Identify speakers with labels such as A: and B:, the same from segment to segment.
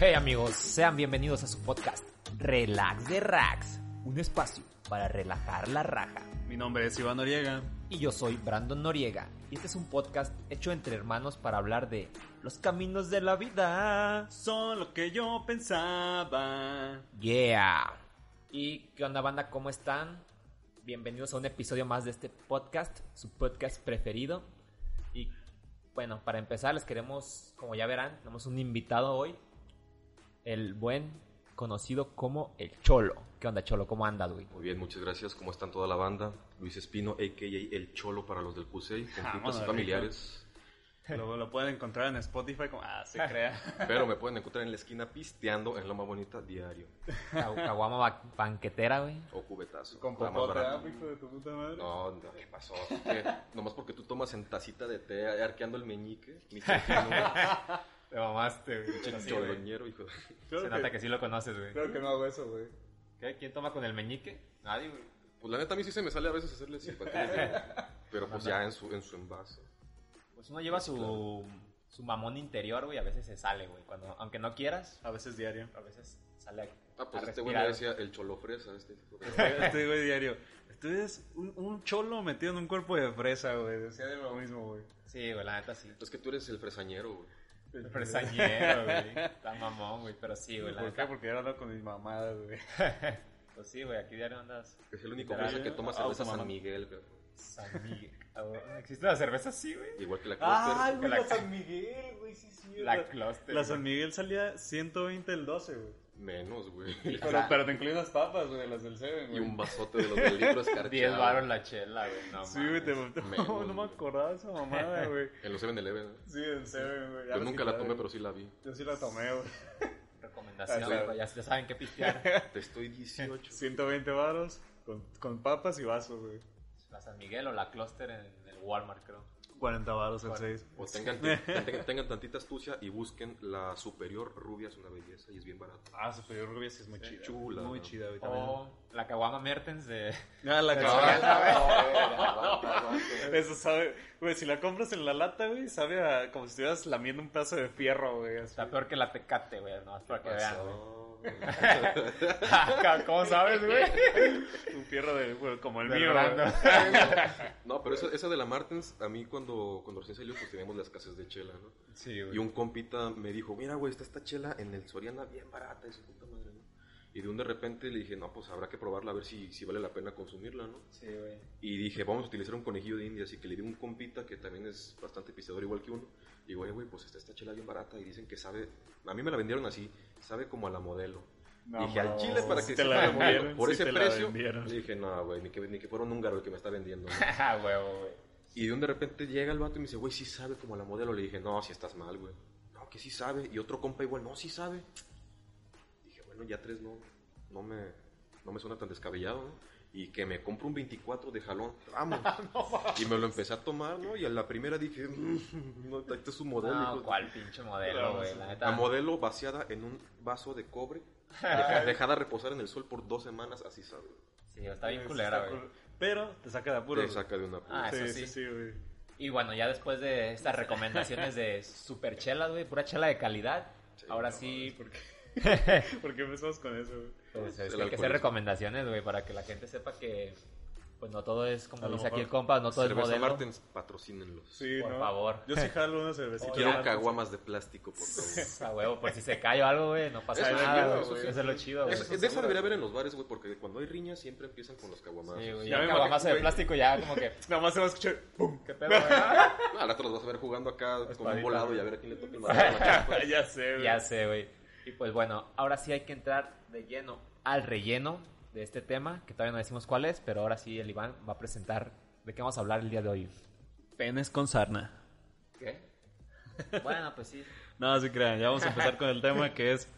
A: Hey amigos, sean bienvenidos a su podcast Relax de Racks, un espacio para relajar la raja.
B: Mi nombre es Iván Noriega.
A: Y yo soy Brandon Noriega, y este es un podcast hecho entre hermanos para hablar de los caminos de la vida.
B: Son lo que yo pensaba.
A: Yeah. ¿Y qué onda banda? ¿Cómo están? Bienvenidos a un episodio más de este podcast, su podcast preferido. Y bueno, para empezar les queremos, como ya verán, tenemos un invitado hoy, el buen conocido como el Cholo. ¿Qué onda, Cholo? ¿Cómo andas, güey?
C: Muy bien, muchas gracias. ¿Cómo están toda la banda? Luis Espino, a.k.a. El Cholo para los del Pusey, con
B: Ah,
C: juntas
B: bueno,
C: familiares.
B: Lo, lo pueden encontrar en Spotify como... Ah, se crea.
C: Pero me pueden encontrar en la esquina pisteando en Loma Bonita diario.
A: Ca- Caguama ba- banquetera, güey.
C: O cubetazo.
B: Con ah,
C: la más
B: popota,
C: barata.
B: hijo de tu puta madre.
C: No, no, ¿qué pasó? ¿Qué? Nomás porque tú tomas en tacita de té arqueando el meñique. Mi cholo,
A: Te mamaste, güey.
C: choloñero, hijo de...
B: Creo
A: Se
B: que-
A: nota que sí lo conoces, güey.
B: Creo que no hago eso, güey.
A: ¿Qué? ¿Quién toma con el meñique? Nadie, güey.
C: Pues la neta a mí sí se me sale a veces hacerle así. ¿para qué les digo? Pero pues ya en su, en su envase.
A: Pues uno lleva su, su mamón interior, güey, a veces se sale, güey. Cuando, aunque no quieras,
B: A veces diario.
A: a veces sale a,
C: Ah, pues
A: a
C: este güey me
A: respirar.
C: decía el cholo fresa. Este hijo de-
B: Este güey diario. Tú eres un, un cholo metido en un cuerpo de fresa, güey. Decía de lo mismo, güey.
A: Sí, güey, la neta sí.
C: Es que tú eres el fresañero, güey.
A: El presañero, güey. Está mamón, güey, pero sí, güey, la
B: ¿Por qué?
A: neta.
B: Porque yo ando con mis mamadas, güey.
A: Pues sí, güey, aquí diario andas.
C: Es el único
A: Literal.
C: fresa que toma
B: Ah,
C: cerveza
B: mamá.
C: San Miguel, güey.
A: San Miguel. Ah, güey, ¿Existe la cerveza así, güey?
C: Igual que la
B: Ah,
C: Cluster.
B: güey,
A: la
B: la San Miguel, güey, sí, sí.
A: La cluster.
B: La
A: güey.
B: San Miguel salía 120 el 12, güey.
C: Menos, güey.
B: Pero, pero te incluyen las papas, güey, las del Seven,
C: Y
B: güey.
C: un vasote de los del litro
A: 10
C: escarchado.
A: baros la chela, güey. No,
B: Sí, güey, te
A: mames.
C: menos,
B: No, no me
C: güey.
B: acordaba de esa mamada, güey.
C: En los 7-Eleven. ¿no?
B: Sí, del Seven, güey. Ya
C: Yo nunca la
B: quitaron.
C: tomé, pero sí la vi.
B: Yo sí la tomé, güey.
A: Recomendación,
B: Ah, claro.
A: güey, ya, ya saben qué pistear.
C: Te estoy 18.
B: 120 varos con, con papas y vasos, güey.
A: La San Miguel o la cluster en el Walmart, creo.
B: 40 varos en
A: Cuarenta.
B: 6.
C: O tengan, tengan, tengan tantita astucia y busquen la superior rubia, es una belleza y es bien barata.
B: Ah, Superior Rubia sí es muy chida.
C: chula.
B: Muy chida,
A: Oh.
B: güey. también.
A: O la Caguama Mertens de.
B: Ah, la cabrón.
C: Cabrón.
B: Eso sabe, güey, si la compras en la lata, güey, sabe a, como si estuvieras lamiendo un pedazo de fierro, güey. así.
A: Está peor que la Tecate, güey, nomás para que vean, güey.
C: Pasó.
A: Acá, ¿Cómo sabes, güey?
B: Un fierro de, güey, como el
A: Del
B: mío,
A: Brando.
B: güey.
C: No, pero esa, esa de la Martens, a mí cuando, cuando recién salió, pues teníamos la escasez de chela, ¿no?
A: Sí,
C: Y un compita me dijo, mira, güey, está esta chela en el Soriana bien barata, y su puta madre, ¿no? Y de un de repente le dije, no, pues habrá que probarla a ver si, si vale la pena consumirla, ¿no?
A: Sí, güey.
C: Y dije, vamos a utilizar un conejillo de India, así que le di un compita que también es bastante pisteador igual que uno. Y digo, "Oye, güey, pues está esta chela bien barata y dicen que sabe, a mí me la vendieron así, sabe como a la modelo.
B: No,
C: dije, al
B: no,
C: chile para
B: sí
C: que
B: te
C: sepa
B: la
C: la modelo".
B: vendieron,
C: por
B: sí
C: ese
B: te la
C: precio.
B: vendieron.
C: Le dije, no, güey, ni que, ni que fuera un húngaro el que me está vendiendo. ¿no?".
A: Ah, huevo, güey.
C: Y de un de repente llega el vato y me dice, güey, sí sabe como a la modelo. Le dije, no, si estás mal, güey. No, que sí sabe. Y otro compa igual, no, sí sabe. Dije, bueno, ya tres no, no me, no me suena tan descabellado, ¿no? Y que me compro un 24 de jalón, vamos. y me lo empecé a tomar, ¿no? Y a la primera dije, "Mm, no, este es su modelo. hijo
A: No,
C: de-
A: cuál pinche modelo,
B: Claro,
A: güey.
B: sí.
A: La
C: La
A: neta.
C: modelo vaciada en un vaso de cobre, deja- dejada reposar en el sol por dos semanas, así sabe.
A: Sí, está bien
B: Sí,
A: culera,
B: está
A: güey.
B: cul- Pero te saca de apuro.
C: Te saca de una...
A: Ah, eso
B: sí,
A: sí.
B: sí, sí, güey.
A: Y bueno, ya después de estas recomendaciones de super chelas, güey, pura chela de calidad.
C: Sí,
A: ahora
C: no
A: sí,
B: ¿Por qué? ¿Por qué empezamos con eso, güey?
A: pues, es que hay que
C: El
A: hacer
C: alcoholismo.
A: recomendaciones, güey, para que la gente sepa que, pues no todo es, como
B: A lo
A: dice aquí
B: mejor
A: el compa, no todo es
C: Cerveza
A: pues modelo.
C: Martens, patrocínenlos.
B: Sí,
A: Por
B: ¿no?
A: favor.
B: Yo sí jalo una cervecita.
C: Quiero
B: Martens.
C: caguamas de plástico, por favor.
A: A huevo, por si se cae o algo, güey, no pasa
C: Eso es
A: nada,
C: chido,
A: güey.
C: güey.
A: Eso es lo chido, güey.
C: Eso- de eso debería haber en los bares, güey, porque cuando hay riñas siempre empiezan con los caguamazos.
A: Sí, güey,
B: Ya
A: ya
B: me
A: el
B: imagino,
A: caguamazo de
C: güey.
A: plástico ya como que,
B: Nada más se va a escuchar. ¡Pum!
A: qué pedo, güey.
C: No, al rato los vas a ver jugando acá con
A: Espadita,
C: un volado
A: güey.
C: y a ver a quién le toca el madrazo en la pues. chapa.
B: ya sé, güey.
A: Pues, Ya sé, güey. Y pues bueno, ahora sí hay que entrar de lleno al relleno de este tema, que todavía no decimos cuál es, pero ahora sí el Iván va a presentar de qué vamos a hablar el día de hoy.
B: Penes con sarna.
A: ¿Qué? Bueno, pues sí.
B: No, sí crean, ya vamos a empezar con el tema que es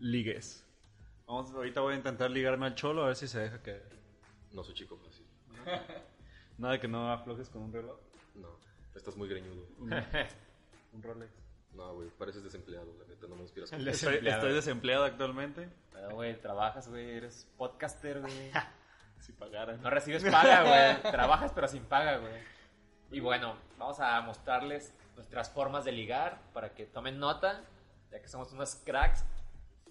B: ligues. Vamos, ahorita voy a intentar ligarme al cholo a ver si se deja que...
C: No soy chico pues, fácil.
B: Nada que no aflojes con un reloj.
C: No, estás muy greñudo.
B: Un Rolex.
C: No, güey, pareces desempleado, la neta, no me inspiras.
B: Estoy,
A: Desempleado.
B: estoy desempleado actualmente.
A: Pero, güey, trabajas, güey, eres podcaster, güey.
B: Sí, Si pagaran.
A: No recibes paga, güey. Trabajas pero sin paga, güey. Y bueno, vamos a mostrarles nuestras formas de ligar para que tomen nota, ya que somos unos cracks.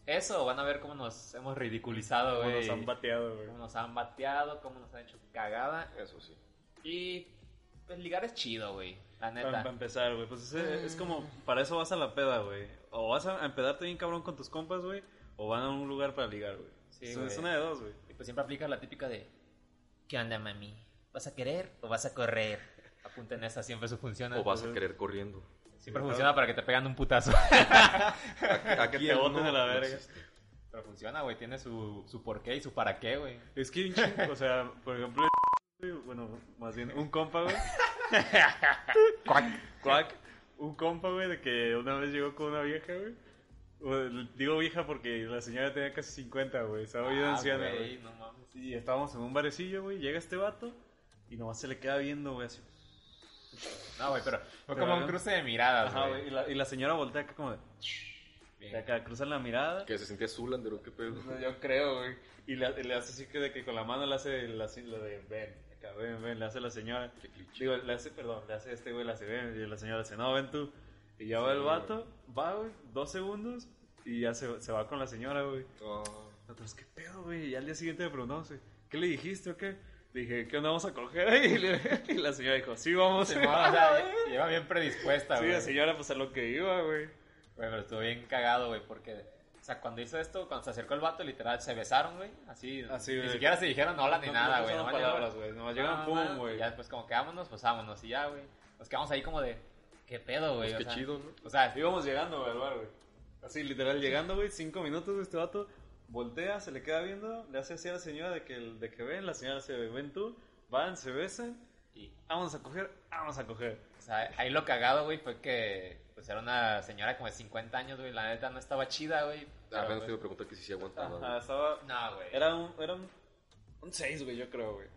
A: Eso, van a ver cómo nos hemos ridiculizado,
B: Cómo
A: güey.
B: nos han bateado, güey.
A: Cómo nos han bateado, cómo nos han hecho cagada.
C: Eso sí.
A: Y pues ligar es chido, güey. La
B: Para,
A: neta. Mm.
B: empezar, güey. Pues es, es como, para eso vas a la peda, güey. O vas a a empedarte bien cabrón con tus compas, güey. O van a un lugar para ligar, güey.
A: Sí,
B: es,
A: güey.
B: es una de dos, güey.
A: Y pues siempre aplica la típica de: ¿Qué onda, mami? ¿Vas a querer o vas a correr? Apunten esa, siempre eso funciona.
C: O
B: pues,
C: vas a querer corriendo.
A: Siempre funciona para que te pegan un putazo.
C: Aquí
B: te boten a la verga.
A: Pero funciona, güey. Tiene su, su por qué y su para qué, güey.
B: Es que hay un chingo, o sea, por ejemplo, güey, bueno, más bien un compa, güey. Cuac. Un compa, güey, de que una vez llegó con una vieja, güey. O- Digo vieja porque la señora tenía casi 50, güey. Estaba bien
A: Ah,
B: anciana,
A: güey,
B: güey.
A: no mames.
B: Y estábamos en un barecillo, güey. Llega este vato y nomás se le queda viendo, güey, así.
A: No, güey, pero fue
B: Te
A: como un
B: valió.
A: cruce de miradas,
B: Ajá,
A: güey.
B: güey. Y la, y la señora voltea acá como de...
A: Bien.
B: de acá cruzan la mirada.
C: Que se sentía Zulander o qué pedo.
B: Yo creo, güey. Y le, le hace así que, de que con la mano le hace la, lo de ven, acá ven, ven, le hace la señora.
C: Qué cliché.
B: Digo, le hace, perdón, le hace este güey, le hace ven, y la señora dice, no, ven tú. Y ya va
C: Sí,
B: el vato, va, güey, dos segundos, y ya se, se va con la señora, güey.
C: Ah.
B: Nosotros, ¿qué pedo, güey? Y al día siguiente me preguntamos, güey, ¿qué le dijiste o qué? Le dije, ¿qué onda vamos a coger? Y, le- y la señora dijo, sí, vamos.
A: Sí, no, o sea, lle- lleva bien predispuesta,
B: sí,
A: güey.
B: la señora, pues a lo que iba, güey.
A: Güey, pero estuvo bien cagado, güey, porque... O sea, cuando hizo esto, cuando se acercó el vato, literal, se besaron, güey. Así,
B: Así,
A: ni
B: güey.
A: siquiera se dijeron hola ni
B: No, no
A: nada,
B: pasaron
A: güey. nomás
B: palabras,
A: llegaron-
B: güey. Nomás llegaron,
A: Ah,
B: pum,
A: ah,
B: güey.
A: Y ya después como que vámonos, pues vámonos. Y ya, güey. Nos quedamos ahí como de... ¿Qué pedo, güey?
C: Pues
A: o
C: qué
A: sea,
C: chido, ¿no?
A: O sea,
B: Íbamos llegando, güey, al bar, güey. Así, literal, llegando, güey, cinco minutos, güey, este vato voltea, se le queda viendo, le hace así a la señora de que, de que ven, la señora se ven tú, van, se besan,
A: y-
B: vamos a coger, vamos a coger.
A: O sea, ahí lo cagado, güey, fue que... Pues era una señora como de 50 años, güey. La neta no estaba chida, güey. pero,
C: Apenas te
A: pues,
C: iba a preguntar que si se aguantaba.
B: Ah, Ajá,
C: güey.
B: estaba...
A: No, güey.
B: Era un... Era un, un seis, güey, yo creo, güey.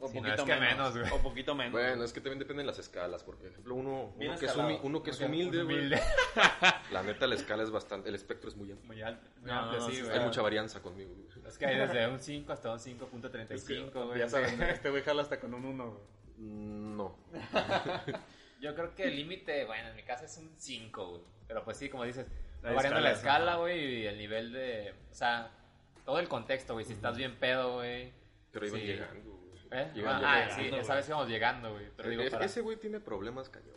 B: O
A: Sí, no, es que menos, güey.
B: O poquito menos.
C: Bueno, es que también dependen las escalas, porque, por ejemplo, uno,
B: Bien
C: uno, que, es
B: escalado.
C: humi- uno que es
A: Porque-
C: humilde, güey.
A: humilde.
C: La neta, la escala es bastante, el espectro es muy amplio.
B: Muy alto. Muy
A: No,
B: amplio,
A: no,
B: sí,
A: sí,
B: güey.
C: Hay mucha varianza conmigo. güey.
A: Es que hay desde un 5 hasta un
B: Es que
A: 5.35, güey.
B: Ya saben, este güey jala hasta con un uno, güey.
C: Mm, No.
A: Yo creo que el límite, bueno, en mi caso es un 5, güey. Pero pues sí, como dices,
B: La
A: va variando la
B: escala,
A: escala,
B: ajá.
A: güey, y el nivel de... O sea, todo el contexto, güey. Si estás bien pedo, güey.
C: Pero iban
A: Sí.
C: llegando, güey.
A: ¿Eh?
C: Iban
A: ah,
C: llegando.
A: sí,
B: güey.
A: esa vez íbamos llegando, güey. Pero digo,
C: E-
A: para...
C: Ese güey tiene problemas cañón.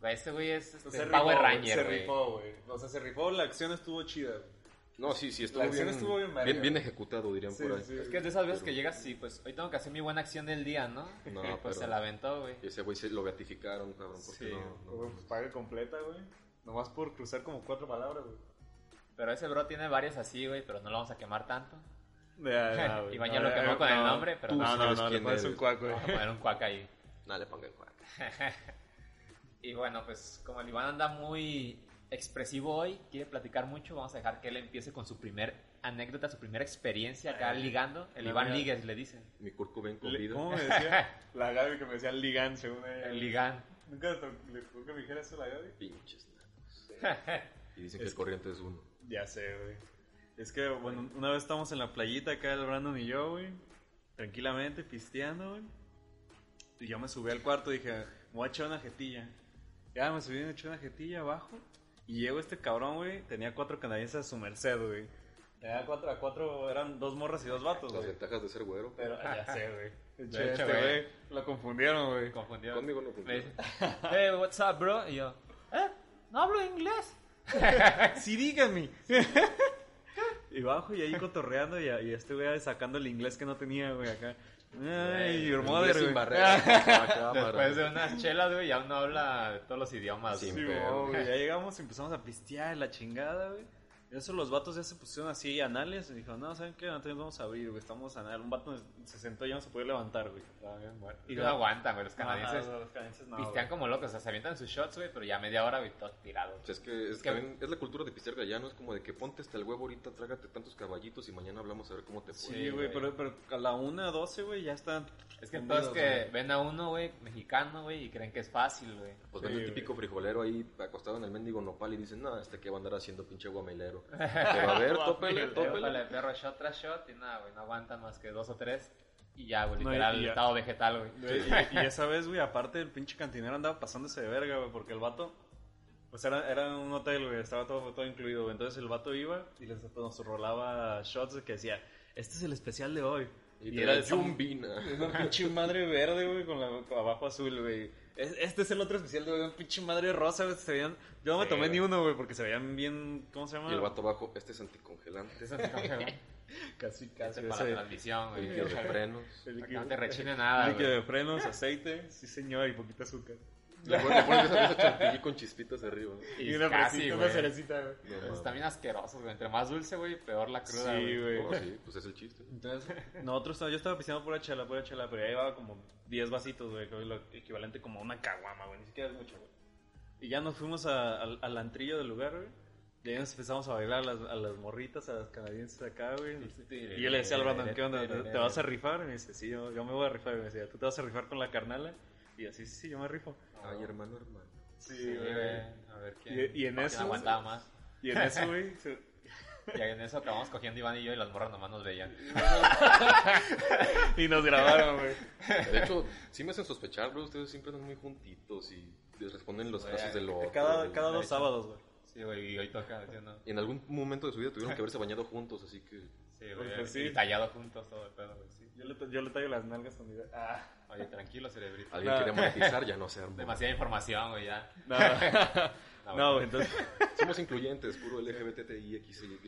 A: güey, Este güey es este,
B: Se
A: Power
B: rifó, güey, Se
A: Ranger, güey.
B: rifó, güey. O sea, se rifó, la acción estuvo chida, güey.
C: No, sí, sí, estuvo
B: La
C: bien,
B: acción estuvo bien verga,
C: bien, bien
B: güey.
C: ejecutado, dirían
B: Sí,
C: por ahí.
B: sí.
A: Es que es de esas veces que
C: Pero-
A: llegas y pues hoy tengo que hacer mi buena acción del día, ¿no? Y,
C: No,
A: pues
C: pero-
A: se la aventó, güey.
C: Y ese güey se lo beatificaron, cabrón,
B: Sí,
C: porque no- no-
B: güey, pues paga completa, güey. Nomás por cruzar como cuatro palabras, güey.
A: Pero ese bro tiene varias así, güey, pero no lo vamos a quemar tanto.
B: Ya, ya, güey.
A: Iván ya
B: No,
A: lo quemó
B: no,
A: con el
B: no.
A: nombre, pero
C: Tú
A: no,
B: No,
C: sí
B: no,
C: sabes
B: no, le
C: quién
B: pones un
C: eres.
B: cuac, güey.
A: vamos a poner un cuac ahí.
C: Nada, le pongan cuaca.
A: Y bueno, pues como el Iván anda muy expresivo hoy, quiere platicar mucho, vamos a dejar que él empiece con su primer anécdota, su primera experiencia acá
B: Ay,
A: ligando. El
B: no,
A: Iván
B: mira.
A: Ligues le dicen.
C: Mi Kurt Cobain con
B: Le-
C: vida.
B: ¿Cómo me decía? La Gaby que me decía Ligan, según ella.
A: El Ligán.
B: ¿Nunca, te- le- nunca me dijera eso la Gaby?
C: Pinches nacos. Y dicen que
B: Es
C: el corriente es uno.
B: Ya sé, güey. Es que, bueno, una vez estábamos en la playita acá, el Brandon y yo, güey. Tranquilamente, pisteando, güey. Y yo me subí al cuarto y dije, me voy a echar una jetilla. Ya me subí y me eché una jetilla abajo. Y llegó este cabrón, güey. Tenía cuatro canadienses a su merced, güey. Tenía cuatro a cuatro, eran dos morras y dos vatos,
C: Las
B: güey.
C: ventajas de ser güero.
B: Pero ya sé, güey.
A: De hecho,
B: Este,
A: güey.
B: güey, lo confundieron, güey.
A: Me confundió.
C: Conmigo no
A: Me
C: funciona.
A: dice, hey, what's up, bro? Y yo, ¿eh? ¿No hablo inglés?
B: Sí, dígame. y bajo y ahí cotorreando y, y este güey sacando el inglés que no tenía, güey, acá. Ay,
A: Güey,
B: your
C: El
B: mother,
C: inglés sin
B: güey.
C: barreras. a cámara.
A: Después de unas chelas, güey, ya uno habla todos los idiomas.
C: Sí,
A: güey.
B: Ah, Sí,
C: pedo.
B: güey, ya llegamos y empezamos a pistear la chingada, güey. Y Eso los vatos ya se pusieron así anales y dijeron, no, ¿saben qué? Nosotros vamos a abrir, güey, estamos anal. Un vato se sentó y ya no se podía levantar, güey.
A: Y no aguantan, güey, los canadienses.
B: Ajá, los canadienses Ah, no,
A: pistean
B: güey.
A: como locos, o sea, se avientan sus shots, güey, pero ya media hora, güey, todos tirados.
C: O sea, es que, es,
A: que-
C: también- es la cultura de pistear gallano, es como de que ponte hasta el huevo ahorita, trágate tantos caballitos y mañana hablamos a ver cómo te fue.
B: Sí, güey, pero, pero a la 1, 12, güey, ya están...
A: Es que
B: fundidos,
A: todos que
B: güey.
A: ven a uno, güey, mexicano, güey, y creen que es fácil, güey.
C: Pues
B: Sí,
C: ven el
B: güey.
C: típico frijolero ahí acostado en el mendigo nopal y dicen, no, este que va a andar haciendo pinche guamelero. Pero a ver, tópele,
A: Tópale,
C: tópele.
A: perro, shot tras shot, y nada, güey, no aguantan más que dos o tres. Y ya, güey,
B: No, y-
A: literal,
B: y ya.
A: estado vegetal, güey.
B: Güey, Y, y esa vez, güey, aparte el pinche cantinero andaba pasándose de verga, güey, porque el vato, pues era, era un hotel, güey, estaba todo, todo incluido, güey. Entonces el vato iba y les, nos rolaba shots que decía, este es el especial de hoy.
C: Y, te da
B: esa-
C: yumbina.
B: una pinche madre verde, güey, con la con abajo azul, güey. Es- Este es el otro especial, güey, una pinche madre rosa, güey, se veían... Yo no me
C: Sí,
B: tomé
C: güey.
B: ni uno, güey, porque se veían bien... ¿Cómo se llama?
C: Y el vato abajo, este es anticongelante.
B: Casi, casi.
A: Este para
B: ese-
A: la transmisión, güey.
C: Líquido de
A: Acá
C: frenos.
B: líquido-
A: No te rechine nada,
B: Líquido
A: güey.
B: de frenos, aceite, sí señor, y poquita azúcar.
C: Le pones, le pones esa, esa chantilly con chispitas arriba. ¿no?
A: Y casi,
B: fresita,
A: güey.
B: una cerecita, güey.
C: No, mames.
A: Está bien Pues asqueroso, güey. Entre más dulce, güey, peor la cruda,
B: Sí,
A: güey.
B: güey.
C: No, sí, pues es el chiste.
B: Entonces, nosotros, yo estaba pisando pura chela, pura chela, pero ya llevaba como 10 vasitos, güey, que es lo equivalente como a una caguama, güey, ni siquiera es mucho, güey. Y ya nos fuimos a- al- al antrillo del lugar, güey. Y ahí nos empezamos a bailar a las, a las morritas, a las canadienses acá, güey. Y yo le decía al Brandon, ¿qué onda? ¿Te te vas a rifar? Y me dice, sí, yo, yo me voy a rifar. Y me decía, ¿tú te vas a rifar con la carnala? Y yo, sí, sí, sí, yo me rifo.
C: Ay, hermano, hermano.
A: Sí, güey. A ver quién.
B: Y- y en
A: quién
B: eso-
A: aguantaba más.
B: Y en eso, güey, se-
A: Y en eso acabamos cogiendo Iván y yo y las morras nomás nos veían.
B: y nos grabaron, güey.
C: De hecho, sí me hacen sospechar, bro. Ustedes siempre andan muy juntitos y les responden los
A: Oye,
C: casos del otro.
B: Cada,
C: güey.
B: cada dos sábados, güey.
A: Sí, güey, y hoy toca, ¿sí o no?
C: En algún momento de su vida tuvieron que haberse bañado juntos, así que...
A: Sí,
B: Pues,
A: güey.
B: pues, sí.
A: Y tallado juntos todo el pedo, güey. Sí.
B: Yo le, yo le tallo las nalgas con mi... Ah.
A: Oye, tranquilo, cerebrito.
C: Alguien
B: No.
C: quiere monetizar, ya no se arma.
A: Demasiada información, güey, ya.
B: No,
A: No,
B: no,
A: güey.
B: güey, entonces...
C: Somos incluyentes, puro LGBTI, XY,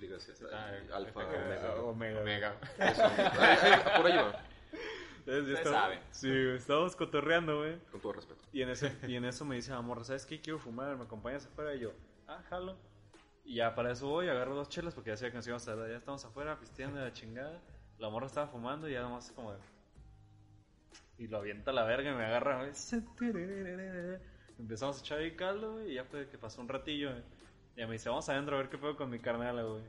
A: Ah,
C: alfa,
A: perfecto.
C: omega.
B: Omega.
A: Omega.
C: Eso, ahí- ahí- Por ahí va,
B: Entonces, ya
A: Ustedes
B: estaba-
A: saben.
B: Sí, güey, estábamos cotorreando, güey.
C: con todo respeto.
B: Y en, ese, y en eso me dice, amor, ¿sabes qué? Quiero fumar, ¿me acompañas afuera? Y yo, ah, jalo. Y ya para eso voy, agarro dos chelas porque ya sabía que nos íbamos a tardar. Ya estamos afuera, pisteando de la chingada. La morra estaba fumando y ya nomás como de... Y lo avienta a la verga y me agarra. güey. Empezamos a echar ahí caldo, güey. Y ya fue que pasó un ratillo, güey. Y ya me dice, vamos adentro a ver qué pedo con mi carnal, güey.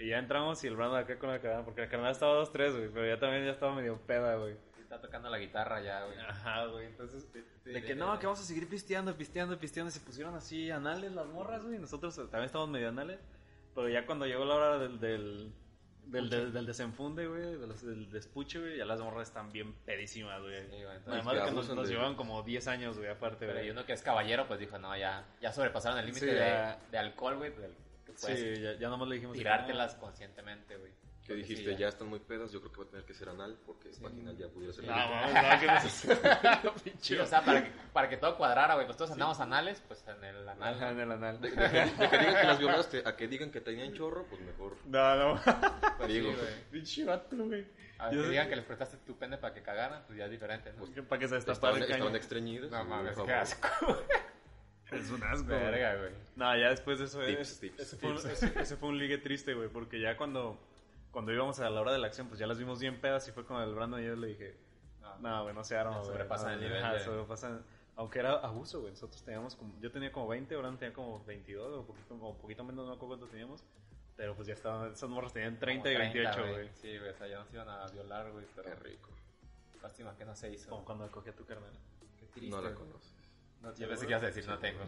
B: Y ya entramos y el Brando acá con la carnal, porque la carnal estaba 2-3, güey. Pero ya también ya estaba medio peda, güey.
A: Está tocando la guitarra ya, güey.
B: Ajá, güey, entonces... De que no, que vamos a seguir pisteando, pisteando, pisteando. y Se pusieron así anales las morras, güey. y Nosotros también estamos medio anales. Pero ya cuando llegó la hora del, del, del, del- del desenfunde, güey, de los- del despuche, güey, ya las morras están bien pedísimas, güey.
A: Sí, güey, entonces-
B: Además de que nos,
C: abusan
B: nos
C: de-
B: llevan como 10 años, güey, aparte,
A: Pero
B: güey.
A: hay uno que es caballero, pues dijo, no, ya, ya sobrepasaron el límite
B: Sí, ya.
A: de, de alcohol, güey. del que
B: Sí,
A: puedes
B: ya, pues, ya nomás le dijimos... que
A: tirártelas conscientemente, güey.
C: Que
A: Porque
C: dijiste,
A: sí,
C: ya. están muy pedas, yo creo que va a tener que ser anal, porque vaginal ya pudiera ser...
A: Ah,
B: No, no, mames, no, que no seas-
A: Sí,
B: Ah, Pinche-
A: o sea, para que, para que todo cuadrara, güey. Pues todos andamos anales, pues en el anal.
B: Ajá, en el anal.
C: De, de que, de que digan que las violaste, a que digan que tenían chorro, pues mejor.
B: No, no.
A: Pues Sí,
C: Digo,
A: güey.
B: Pinche vato, güey.
A: A ver,
B: Yo
A: que
B: sé-
A: digan que les prestaste tu pene para que cagaran, pues ya es diferente, ¿no?
B: Para que se destapara
C: estaban,
B: el
C: estaban
B: caño.
C: extrañidos.
A: No
C: y,
A: mames,
C: por
A: qué
C: favor,
A: asco,
B: Es un asco, güey.
A: verga, güey.
B: No, ya después de eso, eh,
C: Tips,
B: es-
C: tips,
B: ese, fue un, ese- ese fue un ligue triste, güey, porque ya cuando, cuando íbamos a la hora de la acción, pues ya las vimos bien pedas y fue con el Brandon y yo le dije,
A: No.
B: no, güey, no se arma,
A: Ya
B: güey.
A: sobrepasan
B: no,
A: el nivel
B: ajá,
A: de-
B: sobrepasan- Aunque era abuso, güey, nosotros teníamos como, yo tenía como 20, Brandon tenía como 22 o poquito, o poquito menos, no me acuerdo cuánto teníamos, pero pues ya estaban, esos morros tenían 30 y
A: Como
B: 28, güey.
A: Sí, güey, o sea, ya nos iban a violar, güey, pero
C: Qué rico.
A: lástima que no se hizo.
B: Como cuando cogí a tu carnal.
A: Qué triste,
C: No la
A: güey.
C: conoces.
A: No, yo pensé que ibas a decir no tengo.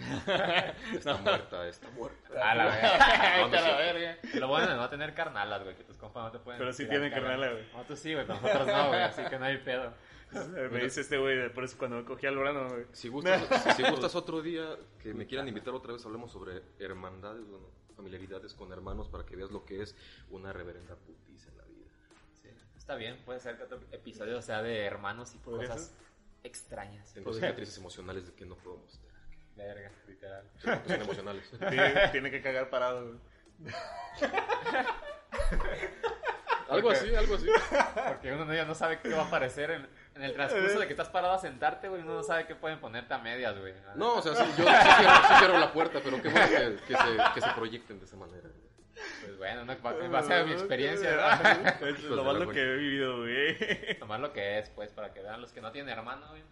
C: Está muerta, está muerta.
A: A la verga.
C: No, no es cierto.
A: Lo bueno es no tener carnalas, güey, que tus compas no te pueden.
B: Pero sí
A: tirar
B: tienen
A: carnal.
B: carnala, güey.
A: No, tú sí, güey, pero nosotros no, güey, así que no hay pedo.
B: Me dice este güey, por eso cuando me cogí al Brandon, güey.
C: Si gustas, si gustas otro día que me quieran invitar otra vez, hablemos sobre hermandades, bueno, familiaridades con hermanos para que veas lo que es una reverenda putiza en la vida.
A: Sí, está bien, puede ser que otro episodio sea de hermanos y
B: ¿Podría
A: cosas extrañas.
C: Tengo cicatrices emocionales de que no puedo mostrar.
A: Verga, literal.
C: Son emocionales.
B: Tiene, tiene que cagar parado, güey.
C: Algo así, algo así.
A: Porque uno no- ya no sabe qué va a aparecer en, en el transcurso de que estás parado a sentarte, güey. Uno no sabe qué pueden ponerte a medias, güey.
C: No, o sea, sí, yo sí cierro, sí cierro la puerta, pero qué bueno que, que se, que se proyecten de esa manera.
A: Pues bueno, no, va, va a ser mi experiencia, ¿verdad?
B: Es
C: de
B: lo
C: la
B: malo
C: coña.
B: que he vivido, güey.
A: Tomar lo que es, pues, para que vean los que no tienen hermano, güey.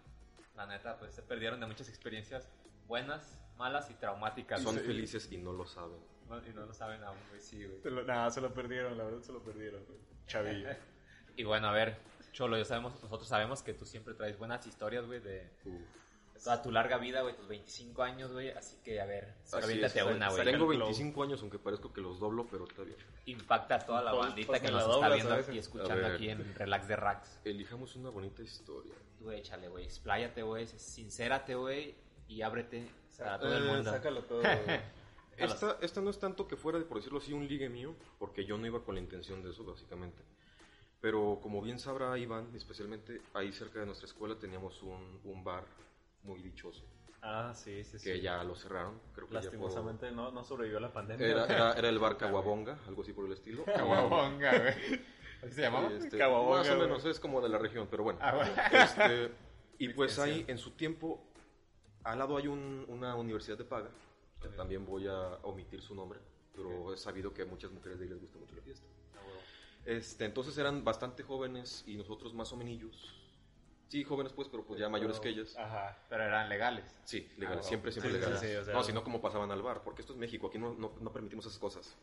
A: La neta, pues se perdieron de muchas experiencias buenas, malas y traumáticas.
C: Son
A: güey.
C: felices y no lo saben.
A: No- y no lo saben aún, güey, sí, güey.
B: Se lo- Nah, se lo perdieron, la verdad se lo perdieron, güey. Chavillo.
A: Y bueno, a ver, Cholo, yo sabemos, nosotros sabemos que tú siempre traes buenas historias, güey, de
C: Uf.
A: toda tu larga vida, güey, tus 25 años, güey. Así que, a ver, aviéntate
C: es,
A: una,
C: tengo
A: güey.
B: Tengo
C: 25 años, aunque parezco que los doblo, pero está bien.
A: Impacta a toda la
B: Pues,
A: bandita
B: pues,
A: que
B: me
A: nos
B: la
A: está
B: doblas a
A: viendo
B: veces.
A: y
C: A
A: escuchando
C: ver.
A: aquí en Relax de Racks.
C: Elijamos una bonita historia.
A: Tú échale, güey. Expláyate, güey. Sincérate, güey. Y ábrete a todo el
B: Eh,
A: mundo.
B: Sácalo todo. güey.
A: A los-
C: Esta, esta no es tanto que fuera, de, por decirlo así, un ligue mío, porque yo no iba con la intención de eso, básicamente. Pero como bien sabrá Iván, especialmente ahí cerca de nuestra escuela teníamos un, un bar muy dichoso,
B: ah, sí, sí, sí.
C: que ya lo cerraron, creo que ya fue-
B: Lastimosamente no, no sobrevivió la pandemia.
C: Era, era- era el bar Caguabonga, algo así por el estilo.
D: Caguabonga, güey. ¿Así se llamaba?
C: Este,
D: Caguabonga,
C: Más o
D: güey.
C: menos, es como de la región, pero bueno.
D: Ah, bueno.
C: Este, y pues ahí, en su tiempo, al lado hay un- una universidad de paga, que también voy a omitir su nombre, pero he sabido que a muchas mujeres de ahí les gusta mucho la fiesta.
B: Ah,
C: Este, entonces eran bastante jóvenes y nosotros más o menillos. Sí, jóvenes pues, pero pues ya mayores que ellas.
D: Ajá, pero eran legales.
C: Sí, legales,
D: Ah,
C: siempre, siempre
B: Ah. Sí, sí,
C: legales.
B: sí, o sea-
C: no, sino como pasaban al bar, porque esto es México, aquí no, no, no permitimos esas cosas.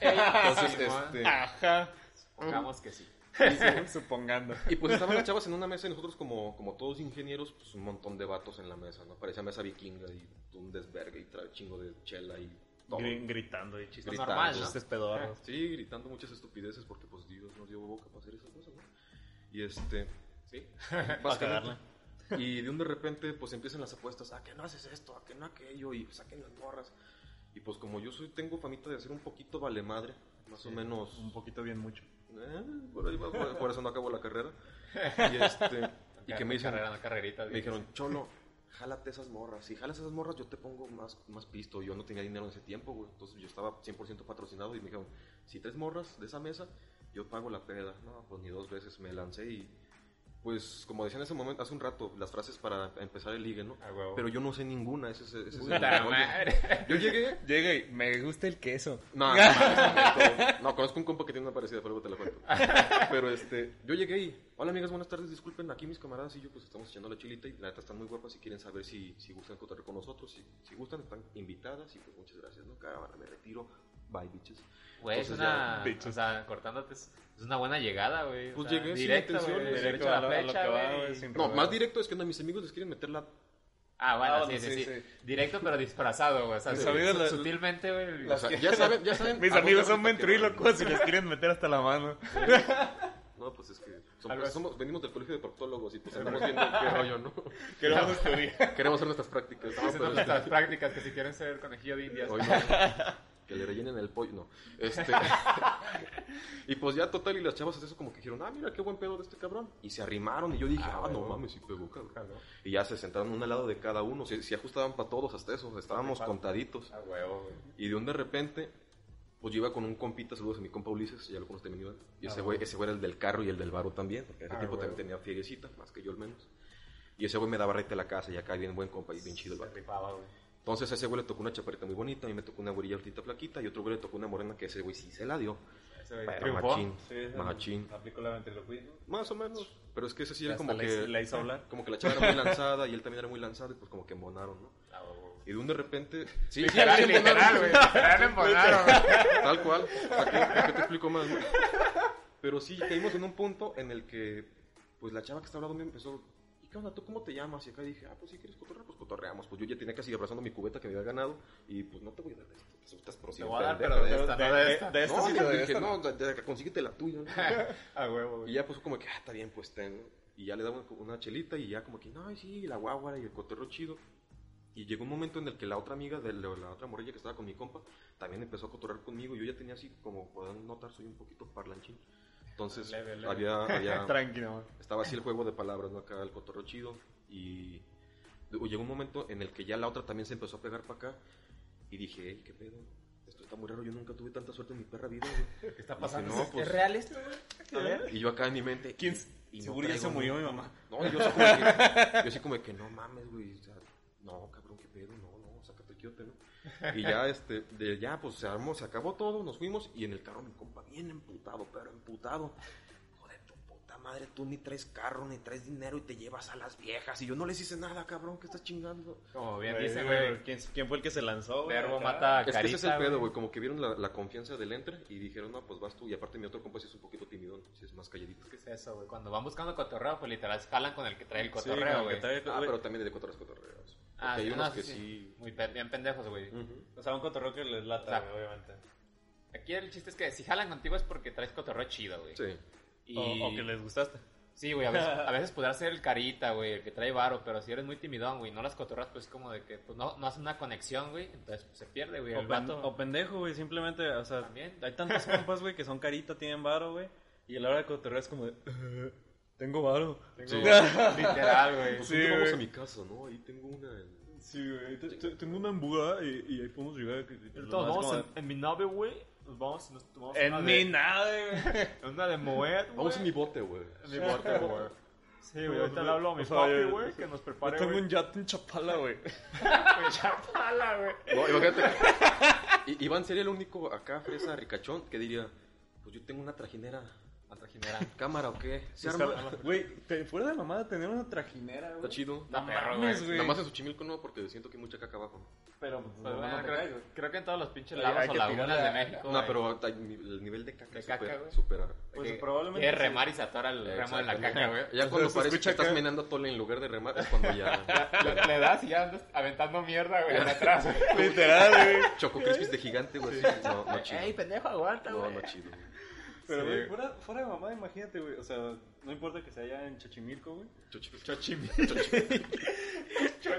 A: Entonces,
C: Entonces,
A: este...
C: este,
D: Ajá.
A: Supongamos que sí.
D: Supongando.
C: Y pues estaban las chavas en una mesa y nosotros como, como todos ingenieros, pues un montón de vatos en la mesa, ¿no? Parecía mesa vikinga y un desvergue y tra- chingo de chela y todo.
B: Gri- Gritando y chistes.
C: Gritando.
A: normal, ¿no?
B: Chistes pedorros.
C: Sí, gritando muchas estupideces porque pues Dios nos dio boca para hacer esas cosas, ¿no? Y este... Sí,
B: Para cagarla.
C: Y de un de repente pues empiezan las apuestas, ah, que no haces esto, ah, que no aquello, y saquen las morras. Y pues como yo soy, tengo famita de ser un poquito vale madre, más o menos...
B: Un poquito bien mucho.
C: eh, por, ahí va, por- por eso no acabo la carrera. Y este... Y que me dicen,
D: Carrera, no carreritas.
C: Me dijeron, Cholo, jálate esas morras. Si jalas esas morras, yo te pongo más, más pisto. Yo no tenía dinero en ese tiempo, güey. Entonces yo estaba 100% patrocinado y me dijeron, si tres morras de esa mesa, yo pago la peda. No, pues ni dos veces me lancé y. Pues, como decían ese momento, hace un rato, las frases para empezar el ligue, ¿no?
D: Ah, huevo.
C: Pero yo no sé ninguna, ese es, ese es el
D: Puta
C: rollo.
D: madre.
C: Yo llegué.
D: Llega y me gusta el queso.
C: No, no, no, no, conozco un compa que tiene una parecida, pero luego te la cuento. Pero este, yo llegué y, hola amigas, buenas tardes, disculpen, aquí mis camaradas y yo pues estamos echando la chilita y la neta están muy guapas y quieren saber si, si gustan cotar con nosotros, si, si gustan están invitadas y pues muchas gracias, no, caravana, me retiro, bye bitches.
A: Güey, es
C: Entonces
A: una.
D: ya-
A: O sea, cortándote. Es es una buena llegada, güey. O
C: Pues
A: sea,
C: llegué sin
A: directo,
C: intención,
A: güey,
C: güey.
A: Directo a la
B: lo- a lo
A: flecha,
B: que va,
A: güey.
B: güey, sin
C: No,
B: rodeos.
C: más directo es que no, a mis amigos les quieren meter la...
A: Ah, bueno,
D: Ah,
A: sí,
D: bueno,
A: sí, sí,
D: sí,
A: Directo pero disfrazado, güey. O sea,
B: Mis
A: su-
B: amigos
A: su-
B: la-
A: sutilmente, güey.
C: o sea, ya saben, ya saben.
D: Mis
C: a dónde
D: amigos
C: van
D: son
C: a estar
D: ventrílocos y les quieren meter hasta la mano.
C: quedando. No, pues es que son-
D: Algo así.
C: somos, venimos del colegio de proctólogos y pues andamos viendo qué rollo, ¿no?
D: Queremos estudiar.
C: Queremos hacer nuestras prácticas. ¿no?
A: Haciendo
C: Pero-
A: nuestras prácticas que si quieren ser conejillo de indias.
C: Hoy no. que le rellenen el pollo, no. Este, y pues ya total, y las chavas hacen eso como que dijeron, ah, mira qué buen pedo de este cabrón. Y se arrimaron y yo dije, ah, no mames, sí pegó, cabrón. Y ya se sentaron un al lado de cada uno, se, se ajustaban para todos hasta eso, estábamos contaditos.
D: Ah, huevo, güey.
C: Y de un de repente, pues yo iba con un compita, saludos a mi compa Ulises, ya lo conoce también Iván. Y ese
D: Ah,
C: güey, ese güey era el del carro y el del baro también, porque ese
D: Ah,
C: tipo
D: huevo.
C: también tenía fieguecita, más que yo al menos. Y ese güey me daba rete a la casa y acá bien buen compa y bien chido el vato.
A: Rifaba, güey.
C: Entonces a ese güey le tocó una chaparrita muy bonita, a mí me tocó una güerilla altita flaquita y otro güey le tocó una morena que ese güey sí se la dio.
B: Ese güey.
C: Pero
D: ¿Triunfó?
C: machín,
B: Eh, Sí, ese-
C: machín.
B: Aplicó la ventriloquismo.
C: Más o menos, pero es que ese sí era
B: Hasta
C: como
B: la hizo-
C: que,
B: la hizo hablar.
C: como que la chava era muy lanzada y él también era muy lanzado y pues como que embonaron, ¿no?
A: Ah, huevo.
C: Y de un de repente, sí,
D: Literal,
C: sí, embonaron,
D: literal, güey. Literal embonaron, güey.
C: Tal cual. ¿Para qué, para qué te explico más? no? Pero sí, caímos en un punto en el que, pues la chava que estaba hablando me empezó, ¿y qué onda? ¿Tú cómo te llamas? Y acá dije, ah, pues si quieres cotorrear, pues cotorreamos. Pues yo ya tenía casi abrazando mi cubeta que me había ganado y pues no te voy a dar de esto. Te estás
A: Te
C: prosiguiendo.
A: voy a dar, pero de esta, no de esta.
B: Ah, de esta
C: no,
B: sí,
C: yo
B: de
C: dije,
B: esta
C: no, de- de- consíguete la tuya. ¿no?
D: Ah, huevo, güey.
C: y ya pues como que, ah, está bien, pues ten. Y ya le daba una, una chelita y ya como que, no, sí, la guagua y el cotorreo chido. Y llegó un momento en el que la otra amiga, de la, la otra morilla que estaba con mi compa, también empezó a cotorrear conmigo. Yo ya tenía así, como podrán notar, soy un poquito parlanchín. Entonces,
D: Leve, leve.
C: había,
A: Ah.
C: había-
D: Tranquilo, güey.
C: estaba así el juego de palabras, ¿no? Acá el cotorreo chido. Y luego llegó un momento en el que ya la otra también se empezó a pegar para acá. Y dije, ey, qué pedo. Esto está muy raro, yo nunca tuve tanta suerte en mi perra vida, güey".
A: ¿Qué está
C: Dije,
A: pasando?
C: "No, pues".
A: ¿Es real esto, güey?
B: A ver.
C: Y yo acá en mi mente.
D: ¿Quién?
C: y no
B: Seguro ya
C: traigo,
B: se
C: ¿no?
B: murió mi mamá.
C: No, yo así como que, yo así como que no mames, güey. O sea, no, cabrón, qué pedo, no, no, sácate el quiote, ¿no? Y ya, este, de, ya, pues se armó, se acabó todo, nos fuimos y en el carro mi compa, bien emputado, pero emputado. Hijo de tu puta madre, tú ni traes carro, ni traes dinero y te llevas a las viejas. Y yo no les hice nada, cabrón, que estás chingando.
A: Como bien
B: Güey,
A: dice,
B: güey,
A: güey.
B: ¿Quién, quién fue el que se lanzó, güey?
A: Verbo
B: acá?
A: mata
C: Es que ese es el
A: carita,
C: pedo,
A: güey.
C: güey. Como que vieron la, la confianza del entre y dijeron, no, pues vas tú. Y aparte, mi otro compa sí es un poquito timidón, sí es más calladito.
A: ¿Qué es eso, güey? Cuando van buscando cotorreo, pues literal se jalan con el que trae el
B: Sí, como
A: cotorreo,
B: que
A: güey.
B: trae-
C: Ah,
B: güey,
C: pero también de cotorreos cotorreos.
A: Ah,
C: Porque hay
A: sí,
C: unos
A: no,
C: que
A: sí,
C: sí.
A: Muy pe- bien pendejos, güey.
C: Ujú.
B: O sea, un cotorreo que les lata,
A: Claro.
B: güey, obviamente.
A: Aquí el chiste es que si jalan contigo es porque traes cotorreo chido, güey.
C: Sí.
A: Y...
B: O, o que les gustaste.
A: Sí, güey, a veces, a veces podrá ser el carita, güey, el que trae varo, pero si eres muy timidón, güey, no las cotorras, pues como de que pues, no, no hace una conexión, güey, entonces pues, se pierde, güey, el
B: O, pen-
A: vato.
B: o pendejo, güey, simplemente, o sea,
A: También.
B: hay tantos compas, güey, que son carita, tienen varo, güey, y a la hora de cotorreo es como de, "Eh, tengo varo.
C: Sí.
A: Literal, güey.
C: Pues
B: Sí,
C: un día vamos
B: güey.
C: a mi casa, ¿no? Ahí tengo una. en-
B: Sí, güey, te- te- tengo una embuda y, y ahí podemos llegar. a que-
A: Entonces,
B: nomás como de,
A: mi nave, güey, nos vamos, nos tomamos
B: en mi nave, güey.
A: una de Moed,
C: Vamos en mi bote, güey.
A: mi bote, güey. Sí, güey, ahorita le hablo a mi
B: O sea,
A: papi,
B: yo-
A: güey, que nos
B: Yo
A: prepare,
B: tengo
A: güey.
B: un yate en Chapala, güey.
A: Chapala, güey.
C: No, imagínate. I- Iván sería el único acá, fresa, ricachón, que diría: Pues yo tengo una trajinera.
A: La trajinera.
C: ¿Cámara o qué? ¿Se
B: Está-
C: arma?
B: Güey, te- fuera de la mamada tener una trajinera,
C: Está
B: güey.
C: chido.
A: Está
B: No
A: perro,
B: mames,
A: güey.
C: Nada más en Xochimilco no, porque siento que hay mucha caca abajo.
B: Pero,
A: Pues,
B: no,
A: bueno,
B: no te
A: creo,
B: creas, güey.
A: creo que en todos los pinches
B: Hay-
A: lagos
B: hay
A: o
B: que
A: lagunas de
B: tirarle a-
A: México,
C: No,
A: güey.
C: pero hay- el nivel de caca,
A: De
C: supera-
A: caca, güey.
C: supera.
B: Pues
A: que-
B: probablemente.
A: Es
B: sí.
A: remar y se atora el remo de la
C: Exacto.
A: caca, güey.
C: Ya cuando
B: Entonces, se
C: parece que
B: escucha
C: estás
B: acá.
C: menando tole en lugar de remar es cuando ya.
A: Le, le das y ya andas aventando mierda, güey, de atrás, güey.
B: Literal, güey.
C: Choco Crispis de gigante, güey. así. No, no chido.
A: pendejo, aguanta,
C: No, no chido. güey.
B: Pero,
A: Sí.
B: güey, fuera, fuera de mamada, imagínate, güey. O sea, no importa que sea allá en Chachimilco, güey.
C: Chochi-
B: Chachimilco.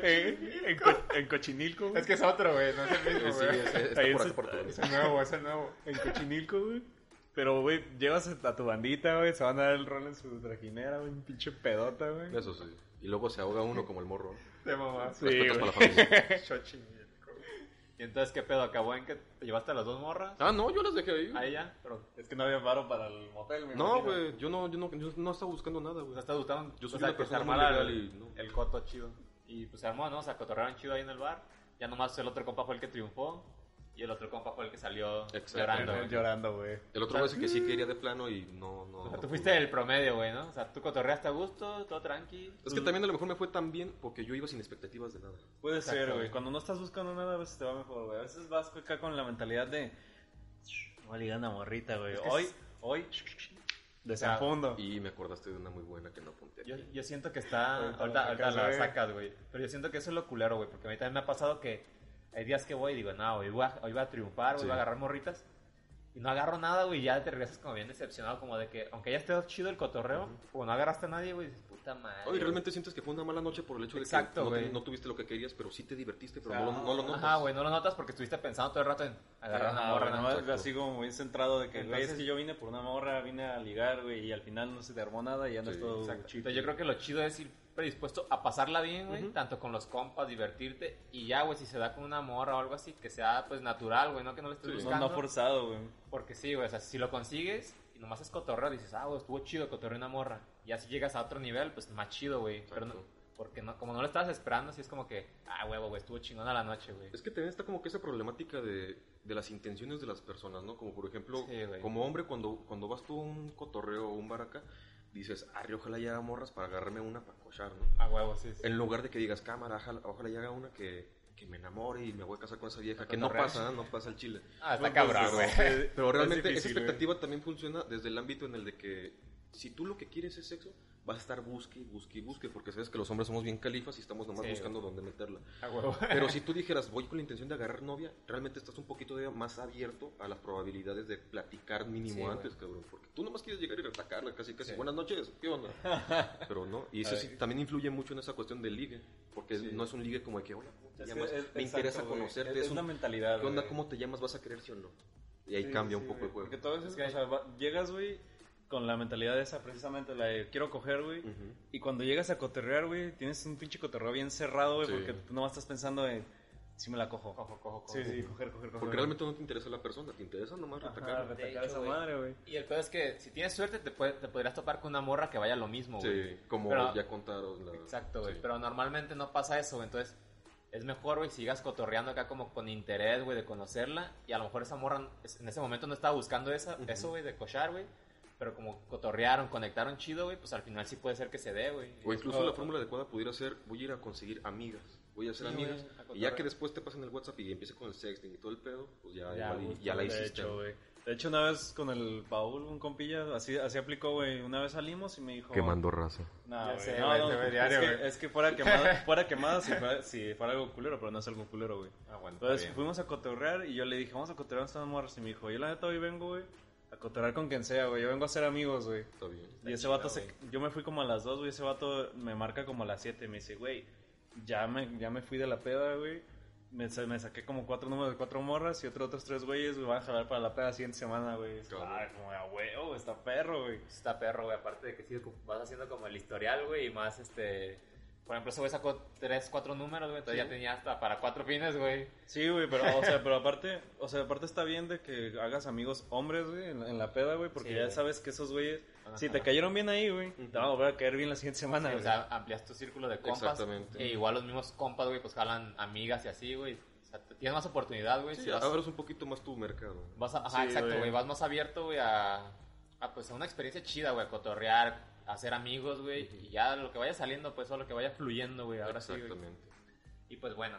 B: en, Co- en Cochinilco, güey.
A: Es que es otro, güey, no es el mismo,
C: Sí,
A: güey.
C: es- está
B: Ahí
C: por
B: se-
C: acá por
A: Es este,
C: todo.
A: el nuevo, es el nuevo.
B: En Cochinilco, güey. Pero, güey, llevas a tu bandita, güey. Se van a dar el rol en su trajinera, güey. Un pinche pedota, güey.
C: Eso sí. Y luego se ahoga uno como el morro.
A: Te mamás.
B: Sí,
C: Respetos
B: güey.
C: para la familia.
A: Xochimilco. ¿Y entonces qué pedo? ¿Acabó en que te llevaste a las dos morras?
C: Ah, no, yo las dejé ahí.
A: ¿A
C: güey.
A: ella? Pero,
B: Es que no había paro para el motel, me
C: No,
B: imagino.
C: güey. Yo no, yo no, yo no estaba buscando nada,
A: pues
C: güey.
A: hasta gustaron.
C: Yo soy
A: o sea,
C: una
A: que se
C: persona muy
A: armara
C: legal
A: el,
C: y no.
A: el coto chido. Y pues se armó, ¿no? O sea, cotorrearon chido ahí en el bar. Ya nomás el otro compa fue el que triunfó. Y el otro compa fue el que salió
C: Exacto.
A: llorando.
B: Llorando,
A: güey.
B: Llorando, güey.
C: El otro güey sí que sí quería de plano y no, no.
A: Ah. O sea, tú
C: no
A: fuiste
C: pude.
A: el promedio, güey, ¿no? O sea, tú cotorreaste a gusto, todo tranqui.
C: Es que también a lo mejor me fue tan bien porque yo iba sin expectativas de nada.
B: Puede
A: Exacto,
B: ser,
A: güey.
B: güey. Cuando no estás buscando nada, a veces te va mejor, güey. A veces vas acá con la mentalidad de. "Shh, Voy a ligar una morrita, güey.
A: Es que
B: hoy,
A: es-
B: hoy.
A: desenfundo.
B: Desenfundo.
C: Y me acordaste de una muy buena que no apunté.
A: Yo, yo siento que está.
B: Ahorita
A: Ahorita,
B: la
A: ahorita
B: sacas,
A: la
B: güey.
A: sacas, güey. Pero yo siento que eso es lo culero, güey. Porque a mí también me ha pasado que hay días que voy y digo, no, hoy voy a, hoy voy a triunfar, güey,
C: Sí.
A: voy a agarrar morritas. Y no agarro nada, güey. y Ya te regresas como bien decepcionado, como de que, aunque ya esté chido el cotorreo, como no agarraste a nadie, güey, dices, puta madre.
C: Ay,
A: güey".
C: realmente sientes que fue una mala noche por el hecho de
A: Exacto,
C: que no,
A: güey.
C: te- no tuviste lo que querías, pero sí te divertiste, pero
B: O sea,
C: no, lo- no lo notas.
A: Ajá, güey, no lo notas porque estuviste pensando todo el rato en agarrar una
B: Ajá,
A: morra,
B: güey,
A: ¿no?
B: nomás
C: Ah, Exacto.
B: así como muy centrado de que, güey, es
A: Entonces-
B: que yo vine por una morra, vine a ligar, güey, y al final no se te armó nada y andas
C: Sí,
B: todo
A: Exacto.
B: chito.
A: Entonces, yo creo que lo chido es ir predispuesto a pasarla bien, güey, tanto con los compas, divertirte y ya, güey, si se da con una morra o algo así, que sea pues natural, güey, no que no le estés
B: No,
A: buscando.
B: no forzado, güey.
A: Porque sí, güey, o sea, si lo consigues y nomás es cotorreo, dices, ah, güey, estuvo chido cotorreo una morra. Y así llegas a otro nivel, pues más chido, güey. Pero no,
C: Exacto.
A: porque no, como no lo estabas esperando, así es como que, ah, huevo, güey, estuvo chingona la noche, güey.
C: Es que también está como que esa problemática de, de las intenciones de las personas, ¿no? Como por ejemplo,
A: Sí, güey.
C: como hombre, cuando, cuando vas tú a un cotorreo o un bar acá, dices, arre, ojalá ya haga morras para agarrarme una para cochar, ¿no?
A: Ah, huevo, sí, sí.
C: En lugar de que digas, cámara, ojalá, ojalá ya haga una que, que me enamore y me voy a casar con esa vieja, que no
A: cotorrear.
C: pasa, ¿eh? no pasa el chile.
A: Ah, está
B: Entonces,
A: cabrón, güey.
B: este,
C: Pero
B: es
C: realmente
B: difícil,
A: ¿eh?
C: esa
B: güey.
C: expectativa también funciona desde el ámbito en el de que si tú lo que quieres es sexo, vas a estar busque, y busque y busque, porque sabes que los hombres somos bien califas y estamos nomás
A: Sí,
C: buscando dónde meterla.
A: Ah, huevo.
C: Pero si tú dijeras, voy con la intención de agarrar novia, realmente estás un poquito todavía más abierto a las probabilidades de platicar mínimo
A: Sí, güey.
C: antes, cabrón. Porque tú nomás quieres llegar y atacarla casi, casi.
A: Sí.
C: Buenas noches, ¿qué onda? Pero no. Y eso sí, también influye mucho en esa cuestión del ligue. Porque
B: Sí.
C: no es un ligue como de que, hola, ¿cómo te
B: Es que
C: llamas?
B: es-
C: Me
B: exacto,
C: interesa
B: güey.
C: conocerte.
B: Es,
C: Es,
B: es
C: un,
B: una mentalidad,
C: ¿Qué onda?
B: güey.
C: ¿Cómo te llamas? ¿Vas a querer sí o no? Y ahí
B: Sí,
C: cambia
B: sí,
C: un poco
B: güey.
C: el juego.
B: Porque todo eso,
A: Es que-
B: o sea, va- llegas, güey, con la mentalidad esa precisamente, la de quiero coger, güey.
C: Ujú.
B: Y cuando llegas a cotorrear, güey, tienes un pinche cotorreo bien cerrado, güey,
C: Sí.
B: porque tú nomás estás pensando en si me la cojo.
A: Cojo, cojo, cojo.
B: Sí, sí, coger, coger, coger.
C: Porque realmente no te interesa la persona, te interesa nomás
B: Ajá,
C: atacarla.
B: retacar
A: De hecho,
B: esa
A: güey.
B: madre, güey.
A: Y el pedo es que si tienes suerte, te, puede- te podrías topar con una morra que vaya lo mismo, güey.
C: Sí, como
A: Pero-
C: ya contaron. La...
A: Exacto, güey.
C: sí.
A: Pero normalmente no pasa eso, güey. Entonces, es mejor, güey, sigas cotorreando acá como con interés, güey, de conocerla. Y a lo mejor esa morra es- en ese momento no estaba buscando esa, eso, güey, de cochar, güey. Pero como cotorrearon, conectaron chido, güey, pues al final sí puede ser que se dé, güey.
C: O incluso la fórmula adecuada pudiera ser, voy a ir a conseguir amigas, voy a hacer
A: Sí,
C: amigas.
A: güey, a
C: y ya
A: cotorrear.
C: que después te pasen el WhatsApp y empiece con el sexting y todo el pedo, pues ya,
A: Ya,
C: igual y-
A: gusto,
C: ya la
B: De
C: hiciste.
B: hecho,
C: güey.
B: güey. De hecho, una vez con el Paul, un compilla, así, así aplicó, güey. Una vez salimos y me dijo...
C: Quemando raza.
B: No,
A: Ya
B: güey,
A: sé,
B: no,
D: güey,
B: no,
D: se ve
B: es,
D: diario,
B: que,
D: güey.
B: es que fuera quemada, fuera quemada si fuera, si fuera algo culero, pero no es algo culero, güey.
A: Ah, bueno, está
B: Entonces
A: bien.
B: fuimos a cotorrear y yo le dije, vamos a cotorrear a estas morras. Y me dijo, yo la neta hoy vengo, güey, a cotorrear con quien sea, güey. Yo vengo a ser amigos, güey.
C: Está bien.
B: Y ese vato, se- yo me fui como a las 2, güey. Ese vato me marca como a las 7 y me dice, güey, ya me, ya me fui de la peda, güey. Me, sa- me saqué como cuatro números de cuatro morras y otro, otros tres güeyes, güey, van a jalar para la peda la siguiente semana, güey.
C: Cabrón.
B: Ah, como a huevo, está perro, güey.
A: Está perro, güey. Aparte de que sí, vas haciendo como el historial, güey, y más este. Por ejemplo, ese güey sacó 3, 4 números, güey. Entonces
B: Sí.
A: ya tenía hasta para 4 fines, güey.
B: Sí, güey, pero, o sea, pero aparte, o sea, aparte está bien de que hagas amigos hombres, güey, en, la- en la peda, güey, porque
A: Sí,
B: ya
A: güey.
B: sabes que esos güeyes,
A: Van a
B: si te
A: jalar.
B: cayeron bien ahí, güey, te van a volver a caer bien la siguiente semana,
A: O
B: güey.
A: sea, amplias tu círculo de compas.
C: Exactamente.
A: E igual los mismos compas, güey, pues jalan amigas y así, güey. O sea, te- tienes más oportunidad, güey.
C: Sí,
A: si vas,
C: abres un poquito más tu mercado.
A: vas a- ajá,
B: Sí,
A: exacto,
B: güey.
A: güey. Vas más abierto, güey, a, a, pues, a una experiencia chida, güey. A cotorrear, a hacer amigos, güey. Y ya lo que vaya saliendo, pues, o lo que vaya fluyendo, güey. Ahora sí, güey.
C: Exactamente.
A: Y pues bueno,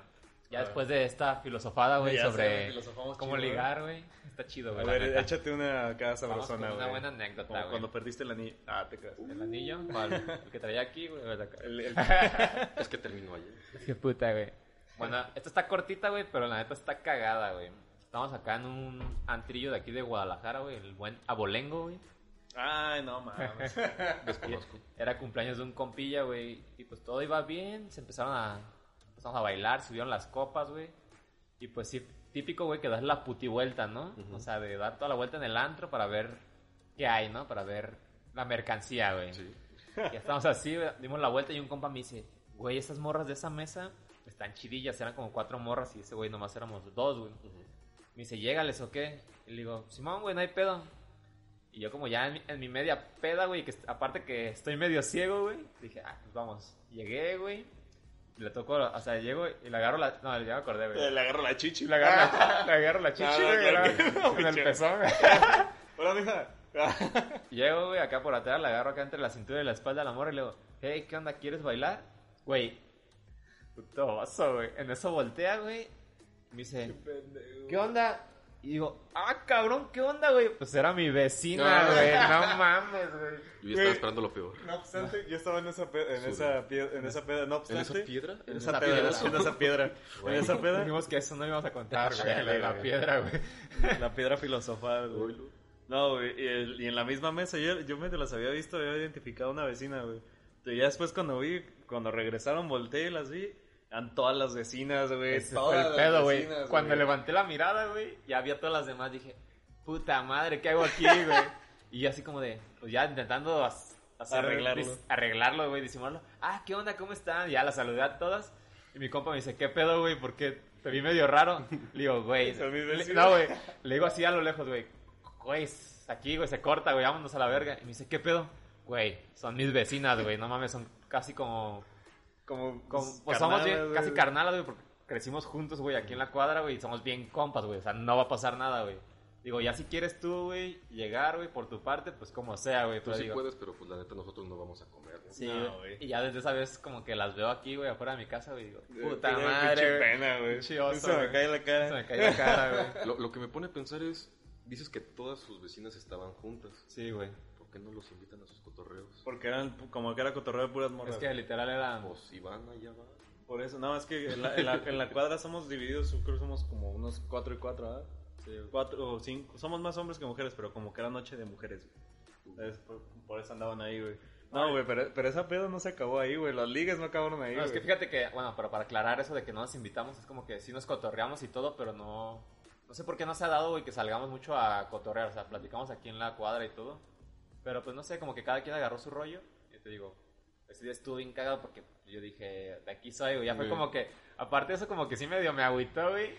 A: ya
B: A
A: después de esta filosofada, güey,
B: Ya sé,
A: sobre
B: filosofamos
A: cómo
B: chido, ¿eh?
A: ligar, güey. Está chido,
B: a
A: güey. la
B: ver,
A: neta.
B: échate una
A: Vamos
B: cada
A: con
B: sabrosona,
A: una
B: güey.
A: buena anécdota,
B: Como
A: güey.
B: cuando perdiste el anillo. Ah, te creas.
A: El anillo, ¿cuál? el que traía aquí, güey. o el de acá.
B: El- el-
C: Es que terminó ayer.
A: Qué puta, güey. Bueno, esta está cortita, güey, pero la neta está cagada, güey. Estamos acá en un antrillo de aquí de Guadalajara, güey, el buen Abolengo, güey.
B: Ay, no mames.
C: Desconozco.
A: Era cumpleaños de un compilla, güey, y pues todo iba bien, se empezaron a empezamos a bailar, subieron las copas, güey. Y pues sí, típico, güey, que das la puti vuelta, ¿no? O sea, de dar toda la vuelta en el antro para ver qué hay, ¿no? Para ver la mercancía, güey.
C: Sí.
A: Ya estábamos así, güey, dimos la vuelta y un compa me dice, güey, esas morras de esa mesa están chidillas, eran como cuatro morras y ese güey nomás éramos dos, güey. Me dice, llégales o qué. Y le digo, Simón, güey, no hay pedo. Y yo como ya en mi, en mi media peda, güey, que est- aparte que estoy medio ciego, güey, dije, ah, pues vamos. Llegué, güey. Le toco, o sea, llego y le agarro la... No, ya me acordé, güey.
B: Le agarro la chichi. Ah,
A: Le agarro la, le agarro la chichi,
B: No, no,
A: güey,
B: claro que
A: era-
B: no,
A: con el
B: pinche.
A: pezón, güey.
B: Hola, mija. Ah.
A: Llego, güey, acá por atrás, la agarro acá entre la cintura y la espalda a la morra y le digo, hey, ¿qué onda? ¿Quieres bailar? Güey, puto oso, güey. En eso voltea, güey. Me dice, ¿qué onda? Y digo, ah, cabrón, ¿qué onda, güey? Pues era mi vecina,
C: No.
A: güey. No mames, güey.
C: Yo ya estaba
B: Güey.
C: esperando lo peor.
B: No obstante, yo estaba en esa peda, en
C: Sube.
B: esa pie- en esa peda, no
C: ¿En
B: obstante.
C: esa piedra?
B: En
A: esa
B: esa piedra,
A: piedra?
B: en esa piedra. En esa peda,
A: Dijimos que eso no íbamos a contar, Ah, güey.
B: Chale,
A: lo de la
B: güey.
A: piedra, güey.
B: la piedra filosofal, güey.
C: Oilo.
B: No, güey, y, el- y en la misma mesa, yo, yo me las había visto, había identificado a una vecina, güey. Y ya después cuando vi, cuando regresaron, volteé y las vi, eran todas las vecinas, güey.
A: Ese
B: todas
A: fue el
B: las
A: pedo, güey.
B: vecinas,
A: Cuando
B: güey.
A: levanté la mirada, güey, ya había todas las demás. Dije, puta madre, ¿qué hago aquí, güey? y yo así como de, pues ya intentando as- hacer-
B: Arreglarlo.
A: dis- arreglarlo, güey, disimularlo. Ah, ¿qué onda? ¿Cómo están? Ya la saludé a todas. Y mi compa me dice, ¿qué pedo, güey? ¿Por qué te vi medio raro? Le digo, güey.
B: Son mis
A: le-
B: vecinos.
A: no, güey. Le digo así a lo lejos, güey. Güey, aquí, güey, se corta, güey, vámonos a la verga. Y me dice, ¿qué pedo? Güey, son mis vecinas, güey, no mames, son casi como
B: Como,
A: como- pues somos bien-
B: carnales,
A: casi
B: güey. Eh,
A: carnalas, güey, porque crecimos juntos, güey, aquí en la cuadra, güey, y somos bien compas, güey, o sea, no va a pasar nada, güey. Digo, ya si quieres tú, güey, llegar, güey, por tu parte, pues como sea, güey,
C: Tú
A: pero
C: sí
A: digo,
C: puedes, pero pues la neta nosotros no vamos a comer. ¿no?
A: sí,
B: No,
A: güey.
B: güey.
A: Y ya desde esa vez como que las veo aquí, güey, afuera de mi casa, güey, digo,
B: Eh,
A: puta
B: tiene pinche
A: madre, güey.
B: pena, güey.
A: Pinche oso,
B: Se me
A: güey.
B: cae la cara.
A: Se me cae la cara, güey.
C: Lo, lo que me pone a pensar es, dices que todas sus vecinas estaban juntas.
A: Sí, güey.
C: ¿Por qué no los invitan a sus cotorreos?
B: Porque eran como que era cotorreo de puras morras.
A: Es que literal era...
C: Pues Ivana ya va.
B: Por eso, no, es que en la, en la- en la cuadra somos divididos, yo creo que somos como unos 4 y 4, ¿verdad? Cuatro o cinco. Somos más hombres que mujeres, pero como que era noche de mujeres, güey. Es por, por eso andaban ahí, güey. No, güey, pero, pero esa pedo no se acabó ahí, güey. Las ligas no acabaron ahí,
A: No, es que
B: güey.
A: fíjate que, bueno, pero para aclarar eso de que no nos invitamos, es como que sí nos cotorreamos y todo, pero no. No sé por qué no se ha dado, güey, que salgamos mucho a cotorrear. O sea, platicamos aquí en la cuadra y todo. Pero pues no sé, como que cada quien agarró su rollo. Y te digo, ese día estuve bien cagado porque yo dije, de aquí soy, güey. Ya fue
C: Sí.
A: como que, aparte de eso, como que sí medio me agüitó, güey.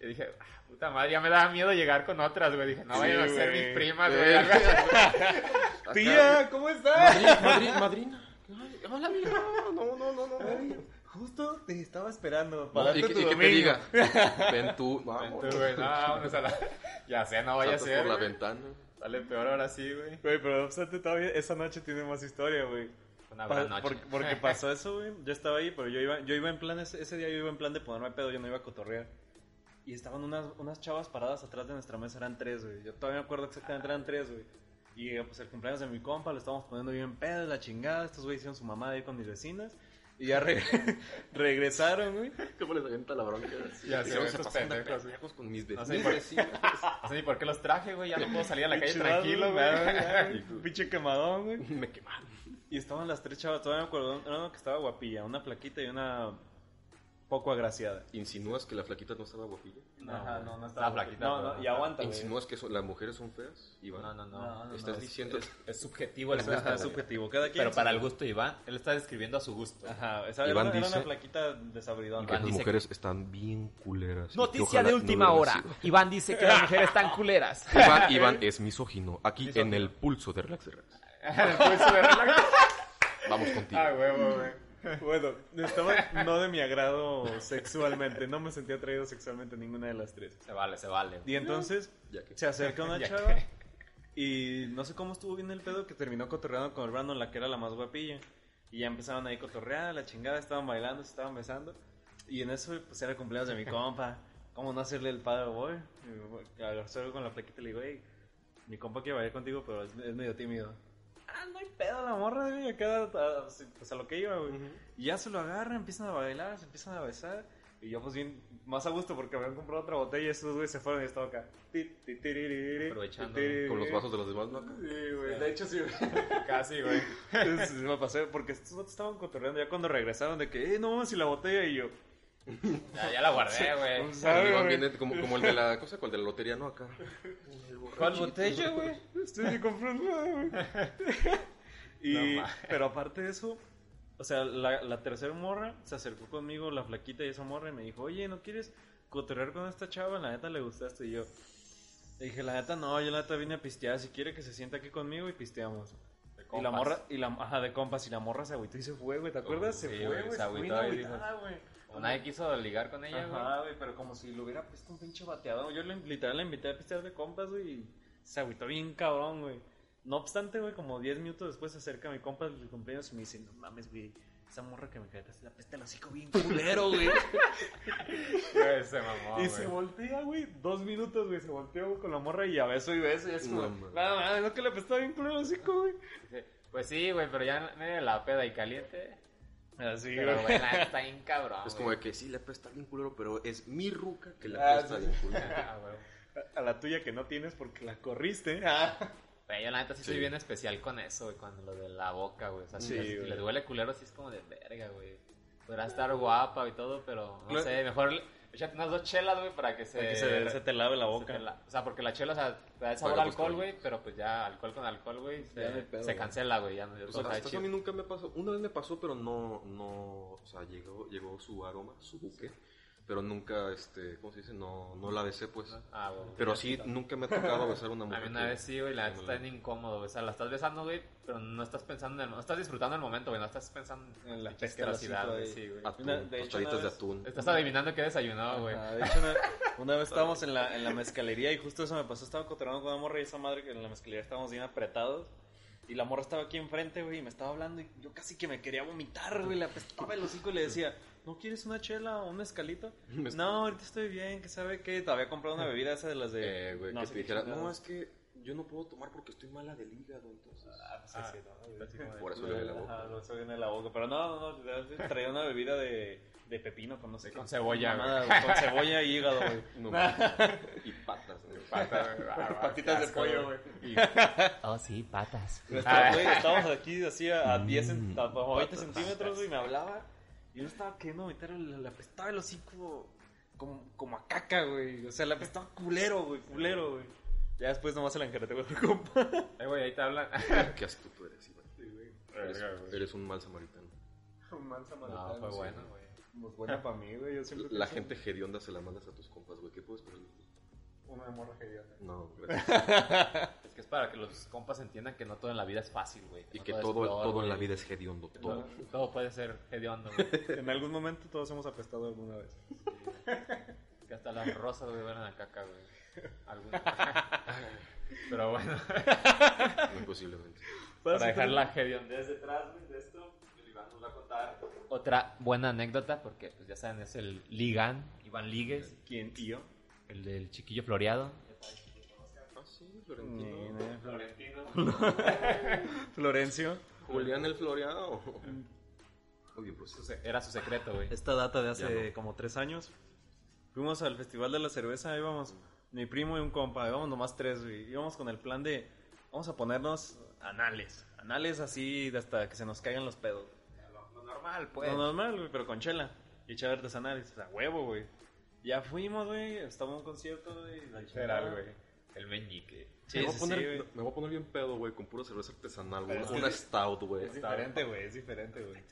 A: Y dije, "Ah, puta madre, ya me daba miedo llegar con otras, güey. Dije, no
B: Sí,
A: vayan a ser
B: güey.
A: mis primas,
C: Sí.
A: güey. algo así.
C: Acá-
B: ¡Tía! ¿Cómo estás?
C: Madri- Madri- madrina. Ay, Hola, amiga. No, no, no, no. no.
B: Justo te estaba esperando.
C: No,
B: Para
C: y
B: darte
C: que,
B: tu
C: y que te
B: domingo.
C: diga, ven tú, vamos.
A: Tú, güey, no, vámonos a la- Ya sé, no vaya a
C: Saltas
A: ser.
C: por la
A: güey.
C: ventana.
D: Sale peor ahora sí, güey.
B: Güey, pero no obstante, todavía esa noche tiene más historia, güey.
A: Una
B: Pa-
A: buena noche.
B: Porque, porque pasó eso, güey. Yo estaba ahí, pero yo iba, yo iba en plan, ese, ese día yo iba en plan de ponerme pedo, yo no iba a cotorrear. Y estaban unas, unas chavas paradas atrás de nuestra mesa, eran tres, güey. Yo todavía me acuerdo exactamente, eran tres, güey. Y eh, pues el cumpleaños de mi compa, lo estábamos poniendo bien pedo, la chingada. Estos güeyes hicieron su mamada ahí con mis vecinas. Y ya re- regresaron, güey.
C: ¿Cómo les avienta la bronca?
B: Ya sé,
C: se
B: estos
C: pasan de
B: pendejos.
C: pendejos con mis
D: No
C: vecinos.
D: sé, por, no sé ni por qué los traje, güey. Ya no puedo salir a la calle
B: Pinche
D: tranquilo,
B: vato,
D: güey.
B: ya, güey. Pinche quemadón, güey.
C: Me quemaron.
B: Y estaban las tres chavas, todavía me acuerdo. Era una que estaba guapilla, una plaquita y una poco agraciada.
C: ¿Insinúas que la flaquita no estaba guapilla?
D: Ajá, no, no
A: estaba
D: estaba
A: flaquita,
B: No,
A: pero-
B: no, y aguanta, güey.
C: ¿Insinúas que son- las mujeres son feas? Iván?
A: No, no, no.
D: No, no,
C: Estás
D: no,
C: diciendo...
A: Es subjetivo el
B: Ajá,
A: gusto. güey.
B: es subjetivo, cada quien.
A: Pero para el gusto de Iván, él está describiendo a su gusto.
B: Ajá, esa
C: Iván
B: era, era
C: dice-
B: una plaquita desabridona.
A: Iván dice que-
C: están bien culeras. y que
A: Noticia
C: ojalá
A: de
C: no
A: última
C: hubieran
A: hora.
C: sido.
A: Iván dice que las mujeres están culeras.
C: Iván, Iván es misógino. Aquí
D: Misógino.
C: en el pulso de Relax Relax. Vamos contigo.
D: Ah, huevo, güey.
B: Bueno, estaba no de mi agrado sexualmente, no me sentía atraído sexualmente a ninguna de las tres.
A: Se vale, se vale.
B: Y entonces
C: Ya que-
B: se acerca una
A: Ya
B: chava y no sé cómo estuvo bien el pedo que terminó cotorreando con el Brandon, la que era la más guapilla. Y ya empezaban ahí cotorrear, la chingada, estaban bailando, se estaban besando. Y en eso, pues era el cumpleaños de mi compa. ¿Cómo no hacerle el padre, boy? Y me voy- abrazo con la plaquita y le digo, hey, mi compa quiere bailar contigo, pero es, es medio tímido. Ah, no hay pedo, la morra, güey, acá, a- a- pues a lo que iba, güey. Y ya se lo agarran, empiezan a bailar, se empiezan a besar. Y yo, pues bien, más a gusto porque habían comprado otra botella y esos güey se fueron y estaba acá. Ti, ti, tiririri,
A: Aprovechando,
B: tiririri.
C: Con los vasos de los demás, ¿no? Acá.
B: Sí, güey, de hecho sí, güey.
A: Casi, güey.
B: Entonces, me pasé porque estos vatos estaban cotorreando ya cuando regresaron de que, eh, no mames, y la botella y yo.
A: Ya, ya la guardé, güey.
B: "Pues,
C: El
B: sabe,
C: Iván
B: güey,
C: viene eh, como, como el de la cosa, con el de la lotería, ¿no? Acá.
A: ¿Cuál botella, güey?
B: Estoy bien confrontado, güey. Y,
A: No, ma.
B: pero aparte de eso, o sea, la, la tercera morra se acercó conmigo, la flaquita y esa morra, y me dijo, oye, ¿no quieres cotorrear con esta chava? La neta le gustaste. Y yo le dije, la neta no, yo la neta vine a pistear. Si quiere que se sienta aquí conmigo y pisteamos. Y la
A: compas.
B: morra, y la, ajá, de compas, y la morra se agüitó y se fue, güey, ¿te acuerdas? se
A: Oh, sí,
B: fue,
A: güey,
B: güey,
A: se
B: se fue bien
A: agüitó y dijo,
B: agüitada, güey.
A: O nadie quiso ligar con ella, güey.
B: Ajá, güey, pero como si lo hubiera puesto un pinche bateado. Yo le- literal la invité a pistear de compas, güey, y se agüitó bien cabrón, güey. No obstante, güey, como 10 minutos después se acerca mi compa del cumpleaños y me dice, no mames, güey, esa morra que me cae atrás, la peste el hocico bien culero, güey.
A: Güey, Se mamó,
B: y se
A: Ah, güey.
B: voltea, güey, dos minutos, güey, se volteó güey, con la morra y a beso y beso y es como,
C: No
B: no,
C: mames.
B: mames, no que le apestaba bien culero el hocico, güey.
A: Pues sí, güey, pero ya en medio de la peda y caliente.
B: Así,
A: Pero,
B: güey.
A: güey, la neta está bien cabrón.
C: Es
A: güey.
C: como de que sí, le apesta bien culero, pero es mi ruca que le
B: Ah,
C: apesta
B: sí.
C: bien culero.
A: Ah, güey.
B: A la tuya que no tienes porque la corriste.
A: Güey, yo la neta sí, soy
C: Sí.
A: bien especial con eso, güey, con lo de la boca, güey. O sea, si,
B: Sí,
A: les, si
B: güey.
A: les duele culero, sí es como de verga, güey. Podrá estar guapa y todo, pero no
B: Lo-
A: sé, mejor le- échate unas dos chelas, güey, para que se...
B: que se, se te lave la
A: se
B: boca.
A: te la- o sea, porque la chela, o sea, te da sabor
C: Paga
A: a
C: tus
A: alcohol,
C: traguitos.
A: güey, pero pues ya alcohol con alcohol, güey,
B: Ya no hay
A: se,
B: pedo,
A: se
B: güey.
A: cancela, güey, ya no
C: Pues, O
A: todo
C: sea,
A: sabe
C: hasta eso a
A: chido.
C: mí nunca me pasó. Una vez me pasó, pero no, no, o sea, llegó, llegó su aroma, su buque, pero nunca, este, ¿cómo se dice? No, no la besé, pues.
A: Ah, güey.
C: Pero sí, nunca me ha tocado besar una
A: A
C: mujer.
A: mí una
C: que-
A: vez sí, güey, la neta
C: que me
A: está bien incómodo, güey. O sea, la estás besando, güey, pero no estás pensando en el... No estás disfrutando el momento, güey, no estás pensando
B: En la
A: pinches
B: peste al hocico
A: atrocidades,
B: ahí.
A: sí, güey.
C: Atún,
B: Una- de hecho,
C: tostaditas
B: una
C: de
B: vez-
C: atún.
A: Estás adivinando qué desayunado, güey.
B: Ajá, Ah, de hecho, una, una vez estábamos en la, en la mezcalería y justo eso me pasó. Estaba cotorreando con una morra y esa madre que en la mezcalería estábamos bien apretados. Y la morra estaba aquí enfrente, güey, y me estaba hablando y yo casi que me quería vomitar, güey. Le apestaba el hocico y le decía, ¿no quieres una chela o un mezcalito?
C: Mezcal.
B: No, ahorita estoy bien, que sabe qué. Te había comprado una bebida esa de las de...
C: Eh, güey,
B: no
C: que
B: sé
C: te
B: qué
C: dijera,
B: chingados".
C: no, es que yo no puedo tomar porque estoy mala del hígado, entonces.
B: Ah, pues, sí, sí, no, güey.
C: Por eso le duele la boca.
B: Ajá, por eso viene la boca. Pero no, no, no, traía una bebida de, de pepino con no sé qué.
A: Con cebolla,
B: Mamada, güey, Con cebolla y hígado, güey.
C: No, y patas, güey.
A: Patitas
B: de pollo, güey.
A: Oh, sí, patas.
B: Pero estaba, güey, estábamos aquí así a, a 10
A: Mm.
B: cent- a como 20 centímetros güey, y me hablaba. Y yo estaba queriendo meter, el- le apestaba el hocico como, como a caca, güey. O sea, le apestaba culero, güey, culero, güey. Ya después nomás se la encarreté con el compa.
A: Eh, güey, ahí te hablan.
C: Qué astuto eres, Iván. Eres,
B: Verga, güey.
C: eres un mal samaritano.
B: Un mal samaritano,
A: No, fue
B: sí.
A: bueno, güey.
B: Pues buena para mí, güey. Yo siempre
C: La
B: pienso
C: gente hedionda se la mandas a tus compas, güey. ¿Qué puedes pedirle?
B: Una morra geriatra.
C: No, gracias.
A: Es que es para que los compas entiendan que no todo en la vida es fácil, güey.
C: Y
A: no
C: que
A: es
C: todo,
A: flor,
C: todo
A: güey.
C: en la vida es hediondo. Todo.
A: Todo, todo puede ser hediondo, güey.
B: En algún momento todos hemos apestado alguna vez.
A: Que hasta las rosas, güey, huelen a caca, güey. Algunas. Pero bueno,
C: Muy posiblemente.
A: para dejar la hediondez detrás, güey, de esto, el Iván nos va a contar otra buena anécdota, porque, pues ya saben, es el Ligan, Iván Ligues,
B: ¿Quién? ¿Y yo?
A: el del chiquillo floreado.
C: Ah, sí, Florentino.
A: Florentino.
B: Florencio.
C: Julián el Floreado.
B: Mm.
C: Muy bien, pues.
A: Era su secreto, güey.
B: Esta data de
C: Ya
B: hace como tres años. Fuimos al Festival de la Cerveza, ahí vamos. Mi primo y un compa, íbamos nomás tres, güey. Íbamos con el plan de, vamos a ponernos anales. Anales así de hasta que se nos caigan los pedos.
A: normal,
B: Lo normal, pues. güey, pero con chela. Y chela artesanal, y a huevo, güey. Ya fuimos, güey, estamos en un concierto, güey. la chingada.
A: El meñique.
B: Sí,
C: me, voy
B: sí,
C: a
B: sí,
C: poner,
B: güey.
C: me voy a poner bien pedo, güey, con pura cerveza artesanal, güey.
B: Pero es que
C: Una
B: es-
C: stout, güey.
B: Es diferente, güey, es diferente, güey.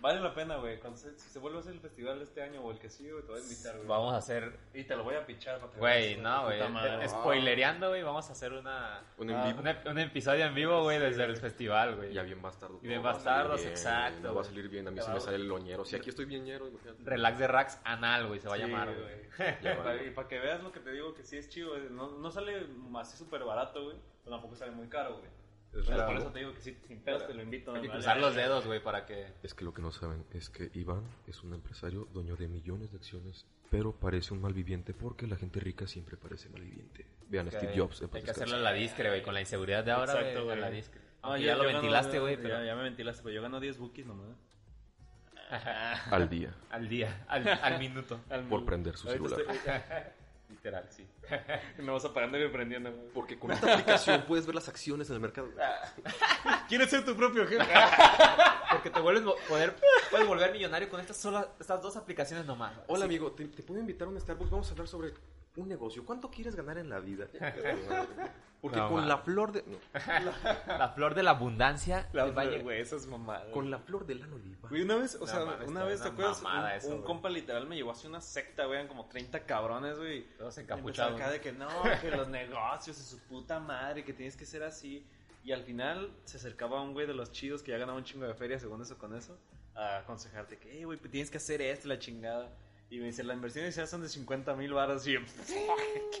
B: Vale la pena, güey. Cuando se- si se vuelve a hacer el festival este año o el que sigue, güey, te voy a invitar, güey.
A: Vamos a hacer
B: Y te lo voy a pichar para que
A: Güey,
B: veas,
A: no,
B: puta
A: güey.
B: madre.
A: Eh, Spoilereando, güey, vamos a hacer una,
C: Un en
A: ah,
C: vivo.
A: un ep- un episodio en vivo, güey,
B: Sí,
A: desde
B: güey.
A: el festival, güey.
C: Ya bien bastardo.
A: Y bien
C: no va a salir
A: bastardos,
C: bien,
A: exacto,
C: No va a
A: güey.
C: salir bien, a mí
A: Te
C: se
A: va
C: me
A: a-
C: sale el loñero. Si aquí estoy bien ñero, imagínate.
A: Relax de Racks anal, güey, se va a
B: Sí,
A: llamar, güey.
C: Ya
B: güey.
C: vale.
B: Y para que veas lo que te digo, que sí es chido, güey. No, no sale así súper barato, güey. Pero tampoco sale muy caro, güey.
C: Es
B: Pero
C: raro.
B: Por eso te digo que sí, sin pedos te lo invito.
A: Hay que
B: ¿no?
A: cruzar
B: Vale.
A: los dedos, güey, para que...
C: Es que lo que no saben es que Iván es un empresario dueño de millones de acciones, pero parece un malviviente porque la gente rica siempre parece malviviente. Vean a
A: que
C: Steve Jobs. en paz
A: Hay que
C: descanse.
A: hacerlo a la discre, güey, con la inseguridad de ahora,
B: Exacto,
A: güey, a
B: güey.
A: la discre.
B: Ah,
A: Aunque ya, lo
B: yo gano-
A: ventilaste, güey,
B: ya-
A: pero...
B: Ya, me ventilaste, pero yo gano 10 bookies nomás. ¿eh?
C: Al día,
A: Al día, al, al minuto.
C: por prender su celular.
A: Literal, sí.
B: me vas apagando y prendiendo, güey.
C: Porque con esta aplicación puedes ver las acciones en el mercado.
A: Ah,
B: ¿Quieres ser tu propio jefe?
A: Porque te vuelves vo- poder, puedes volver millonario con estas sola- estas dos aplicaciones nomás. güey.
C: Hola amigo, ¿te, te puedo invitar a un Starbucks? Vamos a hablar sobre un negocio. ¿Cuánto quieres ganar en la vida? Porque
A: No,
C: con
A: man.
C: la flor de... no,
A: La flor de la abundancia
B: La
A: del valle,
B: güey, esas mamadas.
C: con la flor del ano de Iván.
B: Güey, una vez, o
A: No
B: sea,
A: mames,
B: una
A: está
B: vez, ¿te
A: una
B: acuerdas?
A: mamada
B: Un,
A: eso,
B: un
A: güey.
B: compa literal me llevó hacia una secta, güey, eran como 30 cabrones, güey.
A: Todos
B: Y
A: encapuchados.
B: empezó acá de que no, que los negocios y su puta madre, que tienes que ser así. Y al final se acercaba un güey de los chidos que ya ganaba un chingo de feria, según eso, con eso, a aconsejarte que, "Eh, güey, pues tienes que hacer esto, la chingada. Y me dice, las inversiones ya son de 50 mil baros. Y yo, "Pues,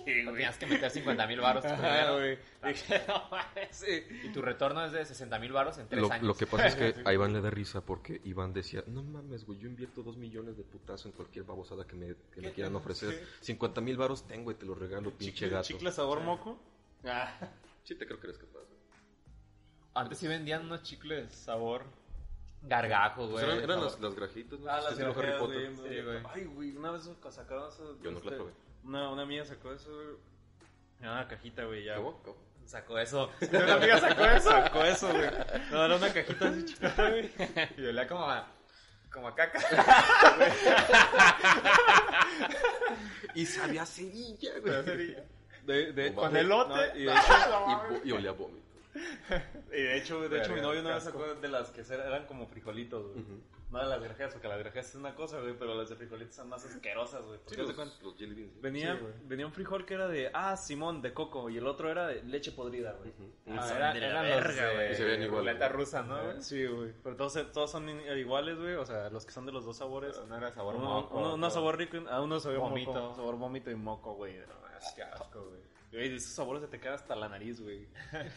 B: ¿qué, güey?
A: Tenías que meter 50 mil baros
B: Ajá,
A: primero.
B: güey. Dije, no mames. sí.
A: Y tu retorno es de 60 mil baros en 3
C: Lo,
A: años.
C: lo que pasa es que a Iván le da risa porque Iván decía, no mames, güey, yo invierto dos millones de putazo en cualquier babosada que me, que me quieran ofrecer. 50 mil varos tengo y te lo regalo, pinche
B: Chicle-
C: gato.
B: Chicle sabor moco. Ah.
C: Sí te creo que eres capaz. güey.
A: Antes sí vendían unos chicles sabor. Gargajo, güey.
C: Pues eran eran
A: sabor.
C: las, las grajitas, ¿no?
B: Ah,
C: Este
B: las
C: estilo Harry
B: grajeas,
C: Potter.
B: güey,
A: Sí, güey.
B: Ay, güey, una vez sacaron eso.
C: Yo nunca
B: este,
C: las probé.
B: Una, una amiga sacó eso, güey. Era una cajita, güey, ya.
C: ¿Cómo? ¿Cómo?
A: Sacó eso.
B: Una amiga sacó eso. Sacó eso, güey. No, era una cajita así chiquita, güey.
A: Y olía como a, como a caca.
C: Y sabía a cerilla, güey.
B: De, de,
C: Con
A: elote.
B: no, y de hecho,
C: Y, po- y olía a vómito.
B: y de hecho, güey, de hecho mi
A: Verga,
B: novio una vez
A: casco.
B: sacó de las que ser- eran como frijolitos, güey.
C: Ujú.
B: No de las grajeas, porque las grajeas es una cosa, güey, pero las de frijolitos son más asquerosas, güey.
C: Sí,
B: Porque haz de cuenta-
C: los, los jelly beans. ¿no?
B: Venía,
A: Sí, güey.
B: venía un frijol que era de, ah, Simón, de coco, y el otro era de leche podrida, güey.
C: Ujú.
B: Ah,
A: era,
B: de la
A: eran los
B: verga,
A: de
C: Y se veían igual,
A: ruleta
C: güey.
A: rusa, ¿no? güey?
B: Sí, güey. Pero todos, todos son in- iguales, güey. O sea, los que son de los dos sabores.
A: No era sabor
B: uno,
A: moco.
B: uno- uno
A: otro-
B: sabor rico, y- a uno sabor
A: Vómito.
B: moco, sabor vómito y moco, güey.
A: Ah, qué asco, güey.
B: Güey, de esos sabores se te queda hasta la nariz, güey.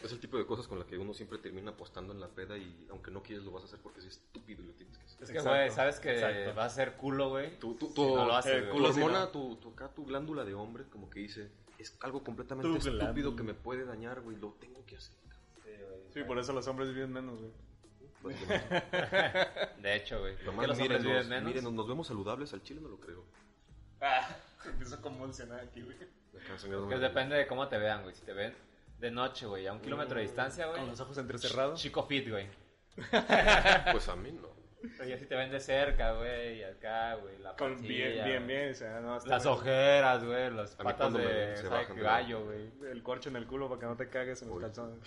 C: Es el tipo de cosas con la que uno siempre termina apostando en la peda y aunque no quieres lo vas a hacer porque es estúpido y lo tienes que hacer.
A: Es que,
B: Exacto,
A: güey, sabes que
B: exacto.
A: va a ser culo, güey.
C: Tu, tu, tu,
A: Si no lo haces,
C: eh,
A: güey.
C: tu
A: Culo si
C: hormona, tu, tu, acá, tu glándula de hombre, como que dice, es algo completamente
B: Tu
C: estúpido
B: glándula.
C: que me puede dañar, güey, lo tengo que hacer. cabrón.
B: Sí, por eso los hombres viven menos, güey.
C: Básicamente.
A: De hecho, güey. ¿Por
C: Nomás
A: qué los hombres
C: mírenos,
A: viven menos?
C: mírenos, nos vemos saludables, al chile no lo creo.
B: Ah, empiezo a convulsionar aquí, güey.
C: Acá, señor, no
A: Que
C: me-
A: depende de cómo te vean, güey. Si te ven de noche, güey, a un kilómetro de distancia, güey.
B: Con los ojos entrecerrados.
A: Chico fit, güey.
C: Pues a mí no.
A: Pero ya si te ven de cerca, güey, acá, güey, la
B: Con
A: pancilla,
B: bien, bien,
A: güey.
B: bien. O sea, no, hasta-
A: Las ojeras, güey, las
C: A mí
A: patas
C: cuando me
A: de
C: ven, se
A: sabe,
C: bajan de la-
A: gallo, güey.
B: El corcho en el culo para que no te cagues en los
C: Uy.
B: calzones.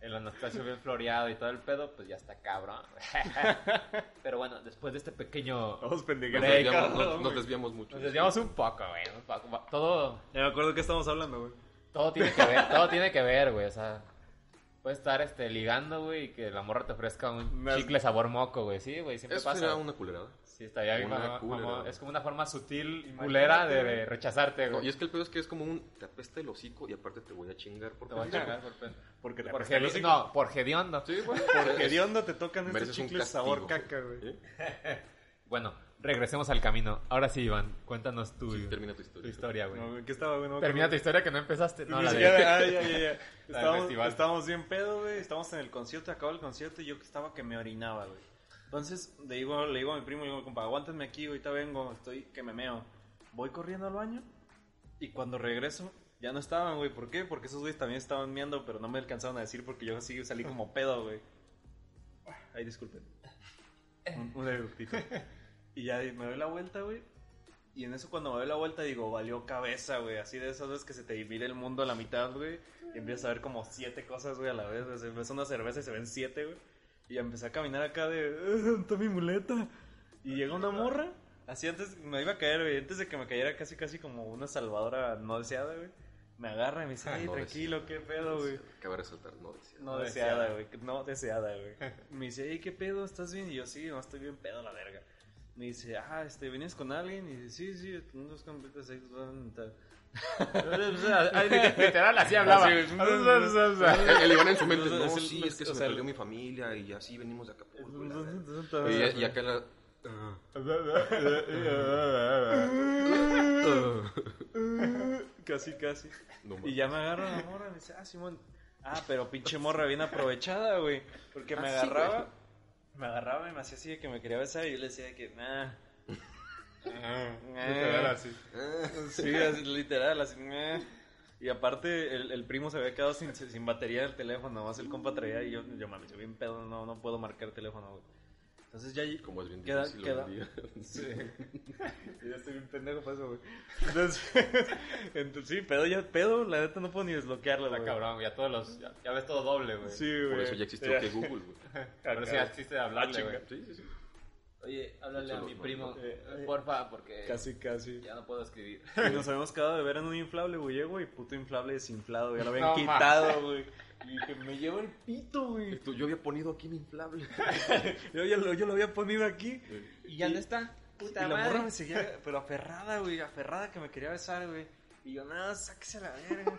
A: El Anastasio bien floreado y todo el pedo, pues ya está cabrón. Pero bueno, después de este pequeño...
B: Todos
C: Nos
B: pendejeros.
A: Güey,
C: desviamos,
A: cabrón,
C: nos- nos
B: güey.
C: desviamos mucho.
A: Nos desviamos un poco, güey. un poco. Todo,
B: Ya me acuerdo que estamos hablando, güey.
A: todo tiene que ver, todo tiene que ver, güey. O sea, Puedes estar este, ligando, güey, y que la morra te ofrezca un
B: Me-
A: chicle sabor moco, güey. Sí, güey, siempre
C: Eso
A: pasa.
C: sería una culerada.
A: Sí, estaría bien,
C: una
A: mamá-
C: culera,
A: mamá.
C: güey.
A: Es como una forma sutil y
B: Imagínate,
A: culera de,
B: güey.
A: de rechazarte,
C: No,
A: güey.
C: y es que el pedo es que es como un te apesta el hocico y aparte te voy a chingar por
A: Te voy a
C: pendejo.
A: cagar por pen-
B: Porque te
A: por
B: apesta el
A: gedi-
B: hocico.
A: No, por hediondo.
C: Sí, güey.
B: Porque de onda te tocan estos
C: Mereces un
B: chicles sabor
C: castigo.
B: caca, güey.
C: ¿Eh?
A: Bueno, regresemos al camino. Ahora sí, Iván, cuéntanos tu,
C: Termina tu
A: tu
C: historia. Ah,
A: historia, güey.
B: No, güey, ¿Qué estaba, güey? No me
A: Termina tu
B: acuerdo.
A: historia que no empezaste. No,
B: Ni
A: la de-
B: siquiera- ah, ya, ya, ya. Estábamos,
A: festival.
B: estábamos bien pedo, güey. Estábamos en el concierto, acabó el concierto y yo que estaba que me orinaba, güey. Entonces le digo, le digo a mi primo, le digo, compa, aguántenme aquí, ahorita vengo, estoy que me meo. Voy corriendo al baño y cuando regreso ya no estaban, güey. ¿Por qué? Porque esos güeyes también estaban meando, pero no me alcanzaron a decir porque yo así salí como pedo, güey. Ay, disculpen. Un, un eructito. Y ya me doy la vuelta, güey. Y en eso cuando me doy la vuelta digo, valió cabeza, güey. Así de esas veces que se te divide el mundo a la mitad, güey. Y empiezas a ver como siete cosas, güey, a la vez. güey. Se ves una cerveza y se ven siete, güey. Y ya empecé a caminar acá de, "Eh, ¿dónde está mi muleta? Y llega una morra. Así antes, me iba a caer, güey. Antes de que me cayera casi, casi como una salvadora no deseada, güey. Me agarra y me dice,
C: Ah,
B: "Ey,
C: no
B: tranquilo, qué pedo, güey.
C: Cabe resaltar, no decía.
B: No deseada, güey. No deseada, güey. Me dice, "Ey, ¿qué pedo? ¿Estás bien? Y yo, sí, no, estoy bien pedo, la verga. Me dice, ah, este, ¿venías con alguien? Y dice, sí, sí, unos completos sexuales y tal.
A: Ah, Literal, así hablaba.
B: Así, güey.
C: El, el Iván en su mente,
B: O sea,
C: no,
B: es el-
C: sí, es que se
B: o
C: me
B: sea,
C: perdió mi familia y así venimos de Acapulco. y la verga. Y, y acá la... Ah. Ah.
B: Casi, casi.
C: No mames.
B: Y ya me agarra la morra y me dice, ah, Simón. Ah, pero pinche morra bien aprovechada, güey. Porque me
C: Ah, sí, güey.
B: agarraba, me agarraba y me hacía así de que me quería besar y yo le decía de que, nah.
A: Literal, así.
C: Ah.
B: Sí, así, literal, así. "Meh". Y aparte, el, el primo se había quedado sin, sin batería del teléfono, nomás el compa traía y yo, yo mami, yo bien pedo, no, no puedo marcar teléfono, güey. Entonces ya...
C: Como es bien
B: Queda-
C: difícil
B: queda-
C: hoy en día.
B: Sí. yo estoy bien pendejo para eso, güey. Entonces, entonces, sí, pedo, ya, pedo, la neta no puedo ni desbloquearlo,
A: Está
B: güey.
A: cabrón, güey, ya todos los. Ya, ya ves todo doble, güey.
B: Sí, güey.
C: Por eso ya existió
B: Ya.
C: que Google, güey.
A: Pero sí, existe de hablarle,
B: Ah,
A: güey.
C: Sí, sí, sí.
A: Oye, háblale a
C: Solo
A: mi
C: no,
A: primo,
B: no. Eh,
A: porfa, porque
B: Casi, casi.
A: ya no puedo escribir.
B: Y nos habíamos quedado de ver en un inflable, güey. Llego y puto inflable desinflado, ya lo habían
A: No, ma.
B: quitado, güey. Y dije, me lleva el pito, güey.
C: Tú- Yo había ponido aquí mi inflable.
B: Yo, ya lo, yo lo había ponido aquí.
A: Y
B: ya no
A: está.
B: y la morra me seguía, pero aferrada, güey, aferrada que me quería besar, güey. Y yo, nada, sáquese a la verga.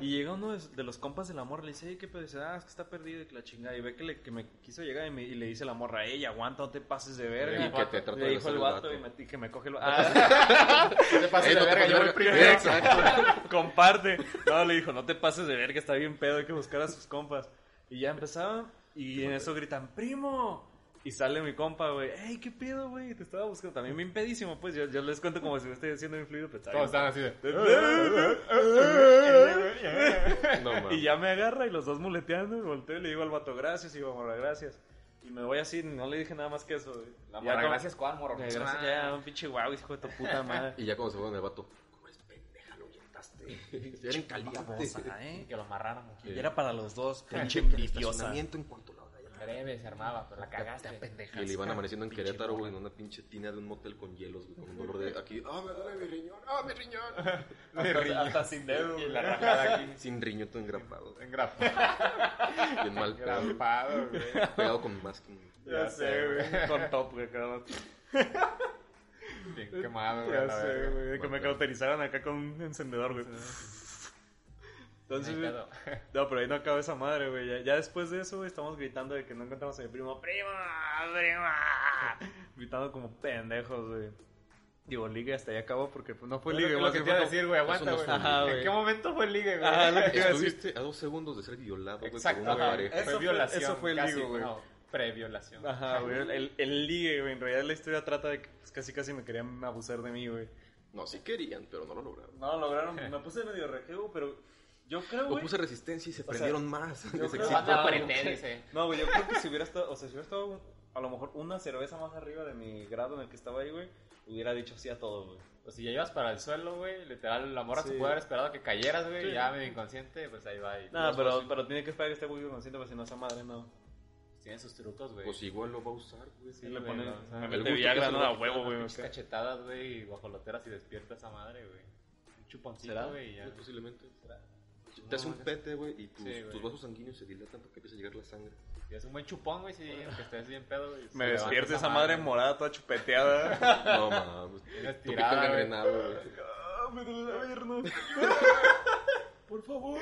B: y llega uno de, de los compas de la morra, le dice, "Ey, ¿qué pedo? Dice, ah, es que está perdido y que la chingada. Y ve que, le- que me quiso llegar y, me- y le dice la morra, ey, aguanta, no te pases de verga.
C: Y que te trata
B: le
C: de
B: dijo
C: besar
B: el
C: el
B: vato,
C: vato.
B: Y, me- y que me coge el vato. Ah,
A: te pases
C: Eh,
A: de
C: no te
A: verga, yo
C: pases de
A: voy
C: verga.
A: primero.
B: Exacto. Comparte. No, le dijo, no te pases de verga, está bien pedo, hay que buscar a sus compas. Y ya empezaban y en eso gritan, primo. Y sale mi compa, güey. Ey, qué pedo, güey. Te estaba buscando también bien pedísimo, pues. Yo, yo les cuento como si me estoy haciendo influido, pero está
A: Todos
B: bien.
A: están así de.
B: eh,
C: No, mames.
B: Y ya me agarra y los dos muleteando. Y volteo y le digo al vato, gracias. Y digo, morra, gracias. Y me voy así, no le dije nada más que eso, güey.
A: La
B: Ya
A: morra,
B: como-
A: gracias, Juan, morro.
B: Eh, Gracias, ya, un pinche guau, hijo de tu puta madre.
C: Y ya cuando se fueron el vato, ¿cómo eres pendeja? Lo orientaste. Ya eran calientes.
B: Babosa, ¿eh?
A: Que lo amarraron.
B: Y era para los dos, pinche
C: El
B: envidiosa.
C: estacionamiento en cuanto la hora.
A: Breve, se armaba, pero la cagaste.
C: Y le iban amaneciendo en Querétaro, güey, en una pinche tina de un motel con hielos, güey, con un dolor de aquí. ¡Ah, me duele mi riñón! ¡Ah, mi riñón!
A: Hasta, hasta sin dedo. Y la rajada aquí.
C: Sin riñón, todo engrapado.
A: Engrapado,
C: Bien mal pegado.
A: güey.
C: Pegado con masking.
B: Ya sé, güey. Con top, güey. cada rato.
A: Bien quemado, güey.
B: Ya
A: la
B: sé,
A: verga.
B: güey. de Que me
C: Bueno.
B: cauterizaron acá con un encendedor, güey. Entonces,
A: Ni
B: güey,
A: pedo.
B: no, pero ahí no acaba esa madre, güey. Ya, ya después de eso, güey, estamos gritando de que no encontramos a mi primo. ¡Prima! ¡Prima! Gritando como pendejos, güey. Digo, ligue hasta ahí acabó porque pues, no fue
A: Fue
B: ligue,
A: ligue,
B: güey.
A: lo que
B: sí
A: te iba
B: fue
A: a
B: como-
A: decir, güey. Aguanta,
C: no
A: güey.
C: fue
B: ligue.
A: ¿En qué momento fue el ligue, güey?
B: Ajá, lo que te iba a decir.
C: Estuviste a dos segundos de ser violado, güey, por
A: Exacto,
C: una
A: güey.
C: pareja.
B: Eso
A: Fue
B: fue-
A: violación.
B: eso fue el
A: casi,
B: ligue, güey.
A: No, previolación.
B: Ajá, güey. El, el ligue, güey. En realidad la historia trata de que pues, casi casi me querían abusar de mí, güey.
C: No, sí querían, pero no lo lograron.
B: No, lograron. Me puse medio rejego, pero yo creo,
C: O
B: güey.
C: puse resistencia y se
B: sea,
C: prendieron más. Les
B: creo-
C: excitó.
A: Van a
B: güey.
A: aprender, dice.
B: No, güey, yo creo que si hubiera estado, o sea, si hubiera estado un- a lo mejor una cerveza más arriba de mi grado en el que estaba ahí, güey, hubiera dicho sí a todo, güey.
A: Pues si ya ibas para el suelo, güey, literal, la morra
B: Sí.
A: se puede haber esperado que cayeras, güey,
B: Sí.
A: ya medio inconsciente, pues ahí va. Y
B: Nada,
A: Pues,
B: pero,
A: pues,
B: pero tiene que esperar que esté muy consciente, porque si no, esa madre no.
A: Tienen sus trucos, güey.
C: Pues igual lo va a usar, güey.
A: Sí,
B: le
A: güey,
B: ponen-
A: no, o sea,
B: me
A: el
B: mete
C: gusto que
B: Viagra,
C: se
B: no
C: le
B: a
C: va a
B: huevo, güey.
A: Pinches
B: acá.
A: cachetadas, güey, y guajoloteras y despierta esa madre, güey. Un chuponcito,
B: ¿Será? pues.
A: güey, y ya.
C: Posiblemente. Te hace un pete, güey, y tus,
D: Sí, güey.
C: tus vasos sanguíneos se dilatan porque empieza a llegar la sangre.
D: Y es un buen chupón, güey, si que estés bien pedo, güey.
B: Me
D: Se
B: despierto
D: levanta
B: esa madre morada toda chupeteada.
C: No, mames.
D: Tienes
C: Tu pito
D: tirada, güey.
C: gangrenado, güey.
B: Ah, me duele la pierna.
D: Por favor.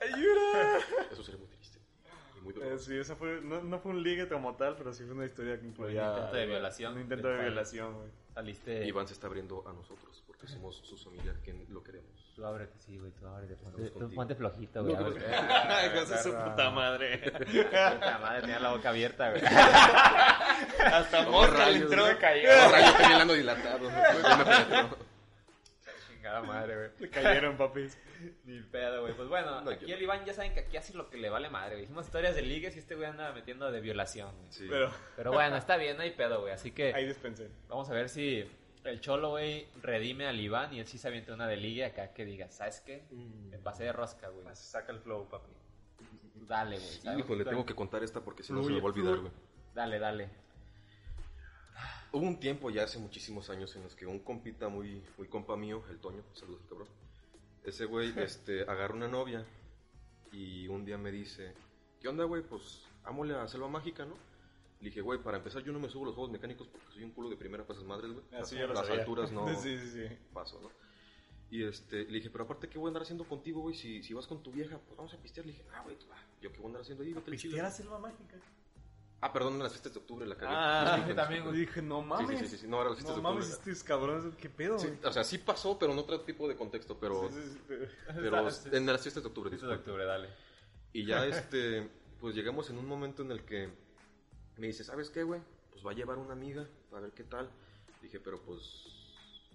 B: Ayuda.
C: Eso sería muy triste. Y muy
B: Eh,
C: doloroso.
B: Sí, esa fue, no, no fue un ligue como tal, pero sí fue una historia que incluía...
D: Un intento de violación.
B: Un intento de violación, güey.
D: Saliste.
C: Iván se está abriendo a nosotros porque somos su familia que lo queremos.
A: Tú ábrete, sí, güey, tú ábrete. Ponte,
C: Estamos
A: tú
C: contigo.
A: ponte flojito, güey. ábrete.
B: pues. Hijos de su puta madre.
D: La madre tenía la boca abierta, güey.
B: Hasta
C: Como
B: morra le
C: rayos,
B: entró
C: ¿no?
B: de cayeron.
C: Ahora yo tenía el ano dilatado. güey, no me penetró.
D: Chingada madre, güey.
B: Le cayeron, papis.
A: Ni pedo, güey. Pues bueno,
C: No,
A: aquí
C: yo-
A: el Iván ya saben que aquí hace lo que le vale madre, güey. Hicimos historias de ligues y este güey anda metiendo de violación, güey.
C: Sí.
B: Pero
A: Pero bueno, está bien, no hay pedo, güey. Así
C: Eh,
A: que
B: ahí dispensé.
A: vamos a ver si el Cholo, güey, redime al Iván y él sí se avienta una de ligue acá que diga, ¿sabes qué? Me pasé de rosca, güey.
D: Se saca el flow, papi.
A: Dale, güey. ¿sabes?
C: Híjole, tengo que contar esta porque si no se me
B: Fluye,
C: va a olvidar,
B: fluye.
C: güey.
A: Dale, dale.
C: Hubo un tiempo ya hace muchísimos años en los que un compita muy, muy compa mío, el Toño, saludos al cabrón. Ese güey este, agarró una novia y un día me dice, ¿qué onda, güey? Pues ámole a Selva Mágica, ¿no? Le dije, güey, para empezar yo no me subo a los juegos mecánicos porque soy un culo de primera para esas madres, güey.
B: Así
C: Las-
B: yo Ah, lo
C: Las
B: sabía.
C: alturas no
B: Sí, sí, sí.
C: paso, ¿no? Y este, le dije, pero aparte, ¿qué voy a andar haciendo contigo, güey? Si, si vas con tu vieja, pues vamos a pistear. Le dije, ah, güey, tú, ah, yo qué voy a andar haciendo ahí, vete al chido".
B: ¿Pistear a Selva Mágica?
C: Ah, perdón, en las fiestas de octubre la cagué.
B: Ah,
C: Disculpen,
B: también
C: disculpen.
B: dije, no
C: Sí,
B: mames.
C: Sí, sí, sí, sí, no, era las fiestas
B: No
C: de octubre.
B: mames, estos cabrones, qué pedo,
C: Sí,
B: güey.
C: o sea, sí pasó, pero en otro tipo de contexto, pero,
B: Sí, sí, sí.
C: pero este, en las fiestas de octubre.
A: Eso de
C: disculpa.
A: octubre, dale.
C: Y ya, este, pues llegamos en un momento en el que me dice, ¿sabes qué, güey? Pues va a llevar una amiga, a ver qué tal. Dije, pero pues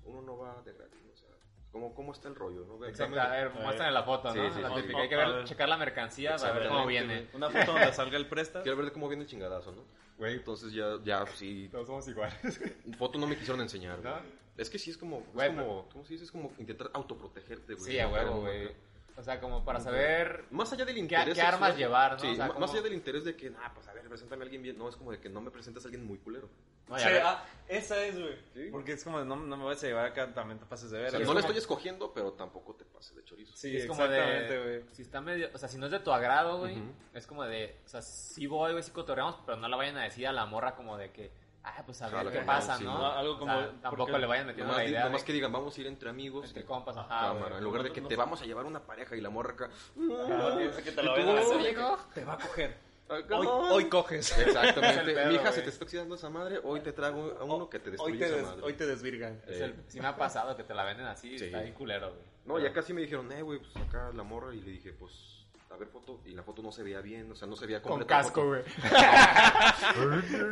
C: uno no va de gratis, ¿no? o sea, ¿cómo, cómo está el rollo? ¿no? Ve,
A: Exacto,
C: dame-
A: a ver, muéstrame la foto, ¿no?
C: Sí, sí,
A: la
C: sí.
A: típica, Hay que
B: A
A: ver,
B: ver.
A: checar la mercancía para ver cómo viene.
D: Una foto donde salga el presta.
C: Quiero ver cómo viene el chingadazo, ¿no?
D: Güey.
C: Entonces ya, ya, sí,
D: Todos somos iguales.
C: foto no me quisieron enseñar, güey.
D: ¿No?
C: Es que sí es como, es
A: Güey,
C: como, ¿cómo se dice? Es como intentar autoprotegerte, güey.
A: Sí, a huevo,
C: Acá,
A: güey.
C: acá.
A: O sea, como para saber
C: Más allá del
A: ¿Qué-
C: interés.
A: qué armas
C: sexual-
A: llevar, no?
C: Sí,
A: O sea,
C: ma-
A: como-
C: más allá del interés de que, ah, pues a ver, preséntame a alguien bien. No, es como de que no me presentas a alguien muy culero.
A: No,
B: Sí,
A: ya ver.
B: ah, esa es, güey.
C: Sí.
B: Porque es como, no, no me vas a llevar acá, también te pases de ver.
C: O sea, no la estoy escogiendo, pero tampoco te pases de chorizo.
B: Sí,
A: es como
B: exactamente, güey.
A: de. Si está medio. O sea, si no es de tu agrado, güey.
C: Ujú.
A: Es como de. O sea, sí voy, güey, sí cotorreamos, pero no la vayan a decir a la morra como de que. Ah, pues a ver
C: Jala
A: qué
C: con
A: pasa,
C: él, sí,
A: ¿no?
C: ¿no?
B: Algo
A: O
B: como-
A: sea,
B: ¿por
A: tampoco
B: qué?
A: le vayan metiendo
C: Nomás,
A: la
C: di-
A: idea.
C: nomás
A: de-
C: que digan, vamos a ir entre amigos.
A: Entre
C: y
A: compas, ajá.
C: cámara.
A: güey.
C: en lugar de que te vamos a llevar una pareja y la morra acá.
B: que te la
C: Y tú,
B: vayan a
A: Eso
B: hacer.
A: llegó.
B: Te va a coger.
C: acá,
B: Hoy,
C: no.
B: hoy coges.
C: Exactamente.
B: Es el pedo,
C: Mi hija se
B: güey.
C: te está oxidando esa madre. Hoy te trago a uno que te destruye
B: Hoy te,
C: esa
B: des,
C: madre.
B: hoy te desvirgan.
A: Es el- Sí me ha pasado que te la venden así.
C: Sí.
A: Está bien culero, güey.
C: Eh, No, ya casi me dijeron, eh, güey, pues acá la morra. Y le dije, pues, a ver foto. Y la foto no se veía bien, o sea, no se veía
B: Con
C: completa. la
B: casco,
C: foto.
B: güey.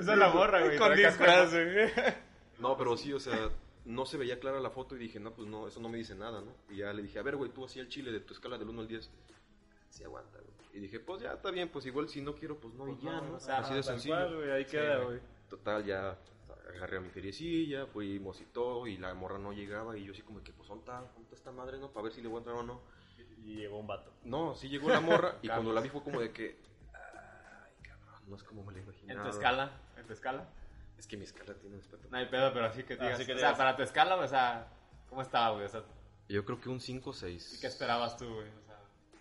A: Esa es la morra, güey.
B: Con disfraz, güey.
C: No, pero sí, o sea, no se veía clara la foto y dije, no, pues no, eso no me dice nada, ¿no? Y ya le dije, a ver, güey, tú así el chile de tu escala del 1 al 10. Sí, aguanta, güey. Y dije, pues ya está bien, pues igual si no quiero, pues no, y ya, ¿no?
A: o sea,
C: así de
B: Tal
C: sencillo.
B: cual, güey, ahí queda,
A: güey.
B: güey.
C: Total, ya agarré a mi feriecilla, fuimos y todo, y la morra no llegaba, y yo así como que, pues, ¿dónde está- dónde está esta madre, no? Para ver si le voy a entrar o no.
B: Y llegó un vato.
C: No, sí llegó la morra, y cuando la vi fue como de que, ay, cabrón, no es como me la imaginaba.
A: En tu escala. En tu escala.
C: Es que mi escala tiene respeto.
A: No hay pedo, pero así que digas.
B: Así que
A: o sea,
B: digas.
A: para tu escala, o sea. ¿Cómo estaba, güey? O sea,
C: Yo creo que un 5 o 6.
A: ¿qué esperabas tú, güey? O sea,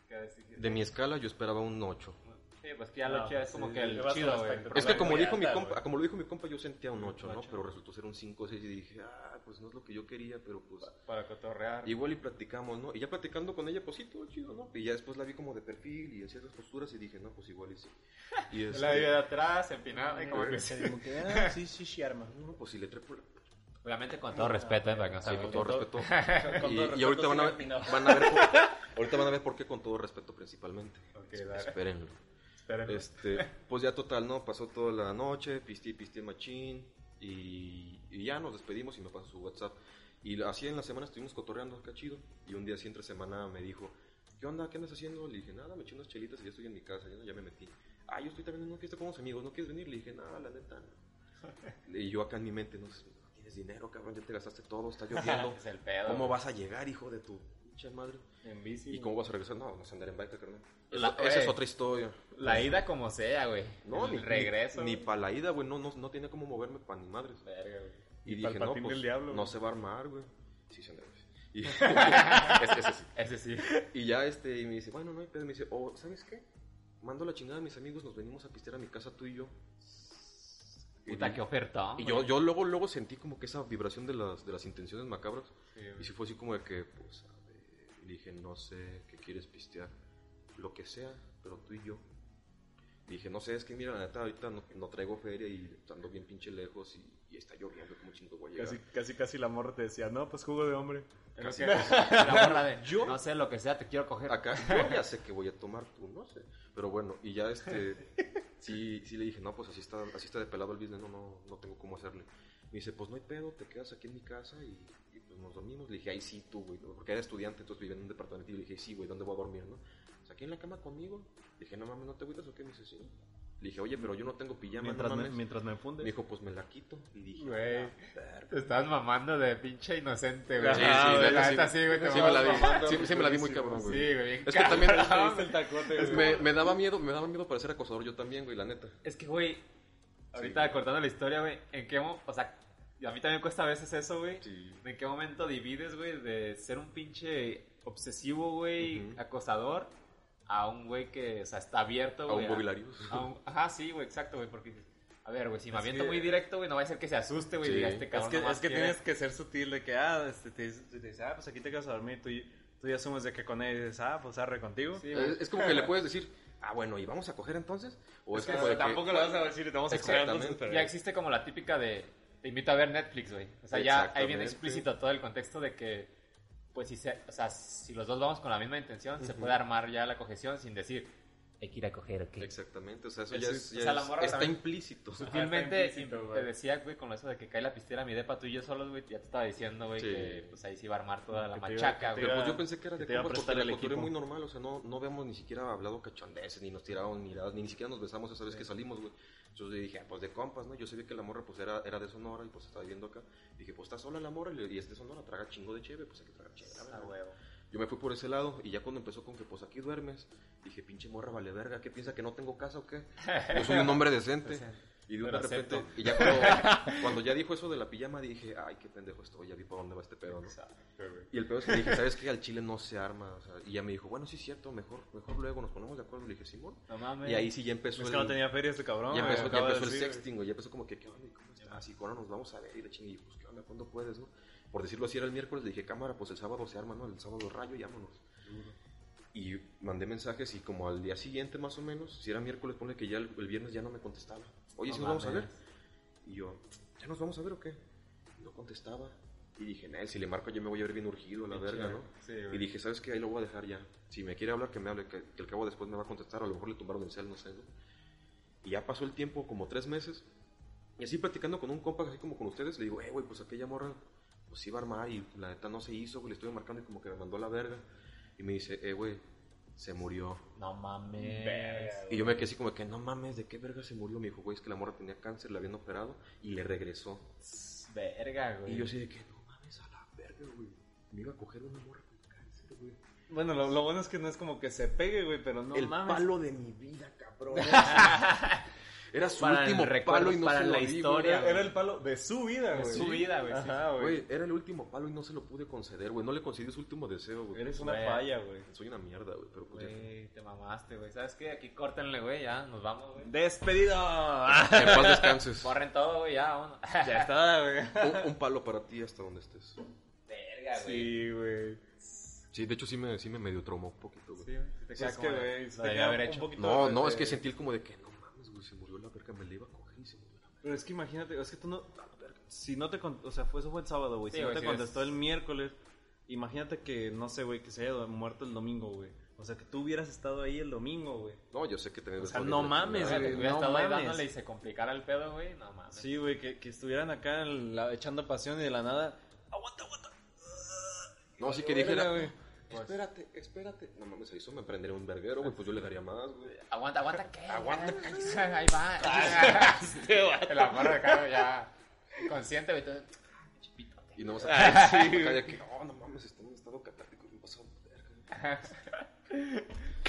A: ¿qué decir?
C: De mi escala yo esperaba un 8.
A: Sí, pues que ya lo
B: No,
A: chido es como
B: sí,
A: que
B: le
A: el
B: vas al
A: chido, güey.
B: espectro.
C: Es que como
B: Muy
C: dijo mi
B: alta,
C: compa,
B: güey.
C: como lo dijo mi compa, yo sentía un 8, ¿no?
A: ocho.
C: Pero resultó ser un 5 o 6 y dije, ah, pues no es lo que yo quería, pero pues
A: Para cotorrear.
C: igual y platicamos, ¿no? Y ya platicando con ella, pues sí, todo chido, ¿no? Y ya después la vi como de perfil y en ciertas posturas y dije, no, pues igual y sí. Y este,
A: La vida de atrás, empinada y como que sí.
B: Como que, ah, sí, sí, sí, arma.
C: no, pues sí le trepo la...
A: Obviamente con todo respeto, ¿eh? Para que no
C: Sí,
A: se
C: con todo respeto.
B: Con
C: Y,
B: todo
C: y
B: respeto,
C: ahorita van a,
B: sí,
C: ver, Ah,
B: no.
C: van a ver por, ahorita van a ver por qué con todo respeto principalmente.
A: dale.
C: Espérenlo. Este, pues ya total, ¿no? Pasó toda la noche, pisti, pisti machín. Y, y ya nos despedimos y me pasó su WhatsApp. Y así en la semana estuvimos cotorreando, acá chido. Y un día así entre semana me dijo, ¿qué onda? ¿Qué andas haciendo? Le dije, nada, me eché unas chelitas y ya estoy en mi casa, ya, ya me metí. Ah, yo estoy también en una fiesta con unos amigos, ¿no quieres venir? Le dije, nada, la neta. no". Y yo acá en mi mente, no sé, no tienes dinero, cabrón, ya te gastaste todo, está lloviendo.
A: Es el pedo.
C: ¿Cómo
A: güey.
C: vas a llegar, hijo de tu pinche madre?
B: En bici.
C: ¿Y cómo vas a regresar? No, vamos a andar en bike, carnal.
A: La-
C: Esa- esa es
A: eh.
C: otra historia.
A: La ida como sea, güey.
C: No,
A: El
C: ni
A: regreso.
C: Ni,
A: güey.
C: para la ida, güey. No, no, no tenía cómo moverme para ni madres.
A: Verga, güey.
C: Y
B: Ni pa'l
C: dije, no,
B: patín
C: pues,
B: del diablo,
C: no
B: güey".
C: se va a armar, güey. Sí, se me- Y, ese, ese sí.
D: Ese sí.
C: Y ya este, y me dice, bueno, no hay pedo. Me dice, oh, ¿sabes qué? Mando la chingada a mis amigos, nos venimos a pistear a mi casa tú y yo.
D: Puta, qué ofertón.
C: Y
D: güey.
C: yo, yo luego, luego sentí como que esa vibración de las, de las intenciones macabras. y si fue así como de que, pues, a ver, le dije, no sé, ¿qué quieres pistear? Lo que sea, pero tú y yo. Le dije, no sé, es que mira, la neta, ahorita no, no traigo feria y ando bien pinche lejos y, y está lloviendo, como chingo voy a llegar?
B: Casi, casi, casi la morra te decía, no, pues jugo de hombre.
C: Casi-
D: La morra de,
C: Yo-
D: No sé lo que sea, te quiero coger.
C: Acá, yo ya sé que voy a tomar tú, no sé. Pero bueno, y ya este. Sí, sí le dije, no, pues así está, así está de pelado el business, no, no, no tengo cómo hacerle. Me dice, pues no hay pedo, te quedas aquí en mi casa y, y, pues nos dormimos. Le dije, ay, sí, tú, güey, porque era estudiante, entonces vivía en un departamento y le dije, sí, güey, ¿dónde voy a dormir, no? Pues aquí en la cama conmigo. Le dije, no mames, ¿no te agüitas o qué? Me dice, sí. Le dije, oye, pero yo no tengo pijama,
B: Mientras,
C: no
B: me,
C: mames.
B: mientras me
C: Me
B: fundes.
C: dijo, pues me la quito. Y dije,
A: Güey, te estás mamando de pinche inocente, güey.
C: Sí, sí, la neta
A: la
C: sí.
A: neta sí, güey. te
C: sí me la
A: mamabas.
C: vi, sí, sí me la vi muy cabrón,
A: Sí,
C: güey.
A: güey. bien
C: Es que también
B: Viste el tacote,
C: es-
B: güey.
C: me, me daba miedo, me daba miedo para ser acosador yo también, güey, la neta.
A: Es que, güey, ahorita cortando la historia, güey, ¿en qué momento, o sea, a mí también me cuesta a veces eso, güey?
C: Sí.
A: ¿En qué momento divides, güey, de ser un pinche obsesivo, güey,
C: Ujú.
A: acosador, a un güey que, o sea, está abierto,
C: A un
A: güey?
C: mobiliario.
A: a un- Ajá, sí, güey, exacto, güey, porque, dices, a ver, güey, si me
B: Es
A: aviento
B: que-
A: muy directo, güey, no va a ser que se asuste, güey, y
C: Sí.
A: diga este
B: Es
A: cabrón
B: que,
A: nomás
B: es que
A: quiere-
B: tienes que ser sutil de que, ah, este, te, dice- te dice, ah, pues aquí te quedas a dormir. Tú, y- tú ya asumes de que con él dices, ah, pues arre contigo.
A: Sí, güey.
C: Es, es como que le puedes decir, ah, bueno, ¿y vamos a coger entonces? O es,
B: que
C: como de que-
B: tampoco le vas a decir, te vamos a coger
C: Exactamente.
B: entonces, pero-
A: Ya existe como la típica de te invito a ver Netflix, güey. O sea, ya ahí viene
C: Exactamente.
A: explícito todo el contexto de que, pues, si, se- o sea, si los dos vamos con la misma intención, se puede armar ya la cojeción sin decir.
D: Hay que ir a coger, ¿ok?
C: Exactamente, o sea, eso
A: Es-
C: ya, es,
A: o
C: ya
A: sea, la
C: es-
A: morra
C: está
A: también-
C: implícito.
A: Sutilmente
B: está implícito,
A: te
B: güey.
A: decía, güey, con eso de que cae la pistera a mi depa tú y yo solos, güey, ya te estaba diciendo, güey,
C: Sí.
A: que pues ahí se iba a armar toda la
B: Que te iba-
A: machaca,
B: que te
A: güey.
C: Pero pues
B: iba-
C: yo pensé que era
B: que
C: de
B: te iba a
C: compas porque
B: prestar
C: la
B: el
C: cultura es
B: equipo.
C: muy normal, o sea, no, no habíamos ni siquiera hablado cachondeses, ni nos tirábamos ni nada, ni, ni siquiera nos besamos esa vez que salimos, güey. Entonces dije, ah, pues de compas, ¿no? Yo sabía que la morra pues era, era de Sonora y pues estaba viviendo acá. Dije, pues está sola la morra y le- y es de Sonora, traga chingo de cheve, pues hay que tragar chingo.
A: Ah, huevo.
C: Yo me fui por ese lado y ya cuando empezó con que pues aquí duermes, dije, pinche morra vale verga, ¿qué piensa que no tengo casa o qué? Yo soy un hombre decente. Y de, un de
A: Pero
C: repente,
A: acepto.
C: y ya cuando, cuando ya dijo eso de la pijama, dije, ay, qué pendejo estoy, ya vi para dónde va este pedo, ¿no? Y el pedo es que dije, ¿sabes qué? Al chile no se arma. o sea, y ya me dijo, bueno, sí es cierto, mejor, mejor luego nos ponemos de acuerdo. Le dije, Simón.
A: No mames.
C: Y ahí sí ya empezó
B: Es
C: el,
B: que no tenía feria este cabrón.
C: ya
B: güey,
C: empezó, ya
B: acaba de
C: empezó el
B: decir,
C: sexting, güey. Ya empezó como que, ¿qué onda? ¿Y ¿Cómo estás? Y ahora nos vamos a ver. Y la chingue, y yo, pues, ¿qué onda? ¿Cuándo puedes, no? Por decirlo así, era el miércoles. Le dije, cámara, pues el sábado se arma, ¿no? El sábado rayo, llámanos. Y mandé mensajes y como al día siguiente, más o menos, si era miércoles, pone que ya el, el viernes ya no me contestaba. Oye,
D: No
C: si nos vamos a
D: mames.
C: ver. Y yo, ¿ya nos vamos a ver o qué? No contestaba. Y dije, Nel, si le marco yo me voy a ver bien urgido a la verga, ¿no? y dije, ¿sabes qué? Ahí lo voy a dejar ya. Si me quiere hablar, que me hable, que, que al cabo después me va a contestar. A lo mejor le tumbaron el cel, no sé, ¿no? Y ya pasó el tiempo, como tres meses. Y así platicando con un compa, así como con ustedes, le digo, eh, güey, pues aquella morra, pues iba a armar y la neta no se hizo, güey, le estuve marcando y como que me mandó a la verga. Y me dice, eh, güey, se murió.
D: No mames.
C: Y yo me quedé así como que, no mames, ¿de qué verga se murió? Me dijo, güey, es que la morra tenía cáncer, la habían operado y le regresó.
A: Verga, güey.
C: Y yo así de que, no mames, a la verga, güey. Me iba a coger una morra con cáncer, güey.
B: Bueno, lo, lo bueno es que no es como que se pegue, güey, pero no
C: el
B: mames.
C: palo de mi vida, cabrón. Era su
D: Para el
C: último
D: recuerdo,
C: palo y no
D: para
C: se lo
D: la
C: di, güey.
D: historia,
B: Era, era el palo de su vida, güey.
A: su vida, güey, sí.
B: Ajá, güey.
C: Güey, era el último palo y no se lo pude conceder, güey. No le concedí su último deseo, güey.
B: Eres una
A: Güey.
B: falla, güey.
C: Soy una mierda, güey. Pero pues ya.
A: Güey, te mamaste, güey. ¿Sabes qué? Aquí córtenle, güey, ya, nos vamos, güey.
B: ¡Despedido! Ah,
C: Que en paz descanses.
A: Borren todo, güey, ya, vámonos. Ah,
B: ya está, güey.
C: un, un palo para ti hasta donde estés.
A: Verga, güey.
B: Sí, güey.
C: Sí, de hecho sí me, sí me medio traumó un poquito, güey.
A: Sí, güey, sí te
B: Pues
A: queda
B: es
A: como
B: que,
A: de-
B: güey, se
A: lo
B: te
A: debí
B: queda
A: haber
B: un
A: hecho.
B: poquito
C: No,
B: de-
C: no,
B: de-
C: es que sentí el como de que no mames, güey, se murió la verga, me la iba a coger y se murió la verga.
B: Pero es que imagínate, es que tú no. Si no te. con- O sea, fue, eso fue el sábado, güey.
A: Sí,
B: si no
A: güey,
B: te
A: sí,
B: contestó
A: es-
B: el miércoles, imagínate que, no sé, güey, que se haya muerto el domingo, güey. O sea, que tú hubieras estado ahí el domingo, güey.
C: No, yo sé que tenés
B: O sea, no mames,
A: Imagínate,
B: güey,
A: hubiera
B: no
A: estado ahí
B: mames.
A: dándole y se complicara el pedo, güey. No mames.
B: Sí, güey, que, que estuvieran acá en la- echando pasión y de la nada. Aguanta, aguanta.
C: No, sí que
B: Verga,
C: dijera,
B: güey.
A: Pues,
C: espérate, espérate. No mames, eso me prendería un verguero, güey, pues yo le daría más, güey.
A: Aguanta, aguanta, ¿qué?
C: Aguanta,
A: cállese. Ahí
B: Ah,
A: va.
B: este
A: El amor de Caro ya. Consciente, güey. todo-
C: Y
B: Ah,
C: no vas a caer sí, de que, no, no mames, está en un estado catártico, me pasó verga.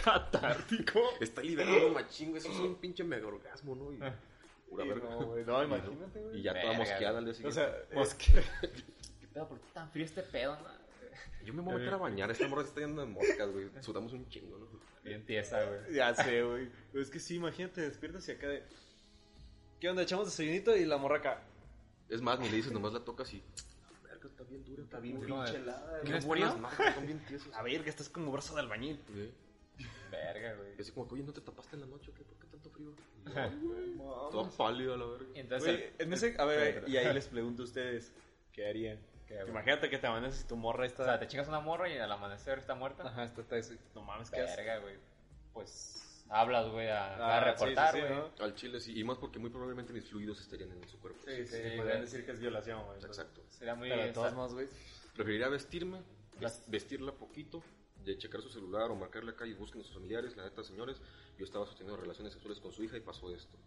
B: Catártico.
C: Está liberando machín, güey, eso es un pinche mega orgasmo, ¿no? Y, pura
B: Ah. Sí,
C: verga.
B: no, güey, no, imagínate, güey.
C: Y ya toda
A: Verga,
C: mosqueada al día
B: O
C: siguiente.
B: sea, es
A: ¿Qué pedo? ¿Por qué tan frío este pedo, no?
C: Yo me voy
B: eh.
C: a meter a bañar. Esta morra se está yendo de moscas, güey. Sudamos un chingo, ¿no?
A: Bien tiesa, güey.
B: Ya sé, güey. Pero es que sí, imagínate, despiertas y acá de. ¿Qué onda? Echamos desayunito y la morra acá.
C: Es más, ni le dices, nomás la tocas y. "Ah, Verga, está bien dura, está bien
A: Como de-
C: pinche helada.
A: ¿Quieres
C: Qué buenas
A: frío?
C: majas, están bien tiesas.
B: A ver, que estás como brazo de albañil.
C: Güey.
A: Verga, güey.
C: Y
B: Pues
C: así como que, oye, ¿no te tapaste en la noche o qué? ¿Por qué tanto frío? Y yo, "Ay, güey, Toda pálida, la verga.
E: Y entonces
B: Güey,
E: el-
B: en ese, a ver, y ahí les pregunto a ustedes, ¿qué harían?
A: Qué güey.
B: Imagínate que te amaneces y tu morra
A: O
B: está.
A: sea, te chingas una morra y al amanecer está muerta.
B: Ajá, está, está, está- No mames, ¿qué haces?
A: Verga, güey. Pues hablas, güey, a,
B: Ah,
A: a reportar,
B: sí,
A: güey.
B: sí, sí,
C: Al chile sí, y más porque muy probablemente mis fluidos estarían en su cuerpo.
B: Sí, sí,
A: Sí,
B: podrían
A: güey.
B: decir que es violación, güey.
C: Exacto.
A: Sería muy...
B: Pero de
A: o
B: todos
A: sea,
B: modos, güey.
C: Preferiría vestirme,
A: Las-
C: vestirla poquito, de checar su celular o marcarle acá y busquen a sus familiares. La neta, señores, yo estaba sosteniendo relaciones sexuales con su hija y pasó esto.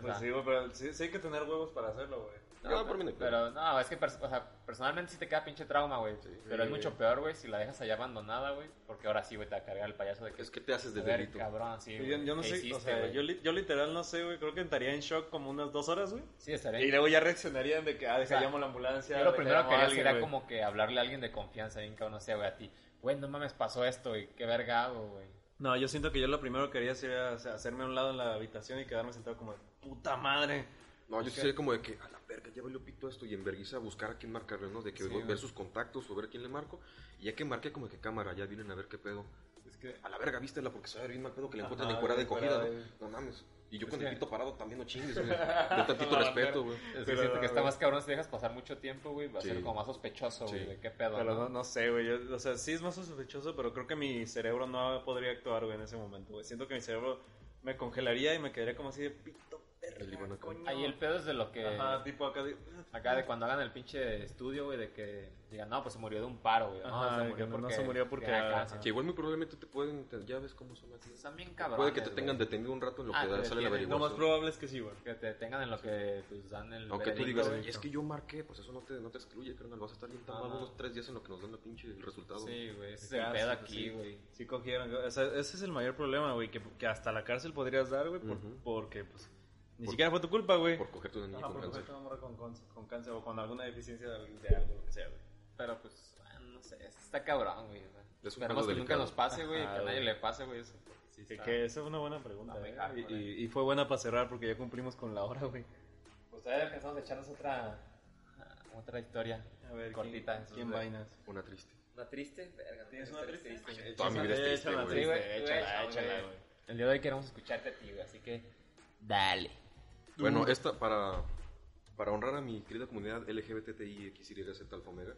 B: Pues sí, güey, pero sí, sí hay que tener huevos para hacerlo, güey.
C: Ah, por mí no hay pedo.
A: Pero no, es que pers- o sea, personalmente sí te queda pinche trauma, güey. pero es mucho peor, güey, si la dejas allá abandonada, güey. Porque ahora sí, güey, te va a cargar el payaso de que...
C: Es que te haces de
A: A ver,
C: delito.
A: cabrón, sí,
B: Yo,
A: güey,
B: yo no
A: ¿qué
B: sé, o
A: hiciste,
B: sea,
A: güey?
B: yo, li- yo literal no sé, güey. Creo que entraría en shock como unas dos horas, güey.
A: Sí, estaría...
B: Y luego ya reaccionarían de que, ah, deja
A: sea,
B: llamo a la ambulancia.
A: Yo lo
B: deja
A: primero
B: llamo
A: que
B: a
A: haría
B: alguien,
A: sería
B: güey.
A: como que hablarle a alguien de confianza, bien cabrón, no sé, güey, a ti. Güey, no mames, pasó esto, güey, qué verga hago, güey.
B: No, yo siento que yo lo primero que haría sería o sea, hacerme a un lado en la habitación y quedarme sentado como de puta madre.
C: No, yo sí sería como de que, a la verga, ya valió pito esto y en vergüenza buscar a quién marcarle, ¿no? De que
B: Sí,
C: voy a
B: güey.
C: ver sus contactos o ver a quién le marco. Y ya que marqué, como que cámara, ya vienen a ver qué pedo.
B: Es que
C: A la verga, vístela porque se va a ver bien mal pedo que le
B: Ajá,
C: encuentran en cuerda de
B: bien
C: cogida,
B: encuerada,
C: ¿no? No mames. Y yo
A: Es
C: con el
A: que-
C: pito parado también no chingues, güey. De tantito respeto, güey.
A: Es que
B: Pero,
A: siento que está
B: güey.
A: más cabrón si dejas pasar mucho tiempo, güey, va a
C: Sí.
A: ser como más sospechoso, güey,
C: Sí.
A: de qué pedo,
B: Pero
A: ¿no?
B: no, no sé, güey. yo- O sea, sí es más sospechoso, pero creo que mi cerebro no podría actuar, güey, en ese momento, güey. Siento que mi cerebro me congelaría y me quedaría como así de pito
C: El Iván
B: perra,
C: acá.
B: coño.
A: Ahí el pedo es de lo que...
B: Ajá, tipo Eh, acá de...
A: Acá de cuando hagan el pinche estudio, güey, de que digan, no, pues se murió de un paro, güey. No, se
B: Ajá, de
A: murió
B: que no
A: porque...
B: se murió porque-
A: era cáncer. Pues,
C: Que igual muy probablemente te pueden, te- ya ves cómo son aquí.
A: Están bien cabrones,
C: Puede que te
A: güey.
C: tengan detenido un rato en lo que
A: Ah,
C: da-
A: te
C: sale la
A: detienen.
B: Lo más
C: averiguación.
B: probable es que sí, güey.
A: Que te tengan en lo que pues dan el
C: Aunque tú
A: veredicto,
C: digas,
A: güey.
C: "Y es que yo marqué, pues eso no te, no te excluye, carnal. Vas a estar bien tomado
A: Ajá.
C: unos tres días en lo que nos dan la pinche el resultado.
A: Sí, güey, ese es
B: Ah,
A: el pedo
B: sí, sí.
A: aquí, güey.
B: Sí cogieron. güey. O sea, ese es el mayor problema, güey, que, que hasta la cárcel podrías dar, güey, por-
C: Ujú.
B: porque, pues, ni
C: Por-
B: siquiera fue tu culpa, güey.
C: Por coger tu niño
B: Ajá,
C: con
B: porque fue
C: cáncer.
B: tu amor con, con, con cáncer o con alguna deficiencia de, de algo, lo que sea, güey.
A: Pero pues, bueno, no sé, está cabrón, güey. o sea.
C: un
A: Esperemos
C: pedo
A: que nunca
C: delicado.
A: nos pase, güey, que
B: Ajá,
A: a nadie le
B: güey.
A: pase, güey, eso. porque sí
B: Sí,
A: está-
B: que esa fue una buena pregunta.
A: Está muy
B: eh,
A: hardcore,
B: y- y, y fue buena para cerrar porque ya cumplimos con la hora, güey.
A: Pues todavía pensamos echarnos otra... Otra historia.
B: A ver,
A: Cortita,
B: ¿quién,
A: entonces,
B: quién
A: güey.
B: vainas?
C: Una triste.
E: ¿Una triste? Verga,
B: ¿Tienes
E: no
B: una
E: eres
B: triste?
C: Toda mi vida es triste,
B: Échala,
C: güey.
A: Sí, güey,
B: triste,
A: güey,
B: échala,
A: güey.
B: échala, güey.
A: El día de hoy queremos escucharte a ti, güey, así que... Dale.
C: Bueno, esta para, para honrar a mi querida comunidad LGBTIXYZ Alfa Omega,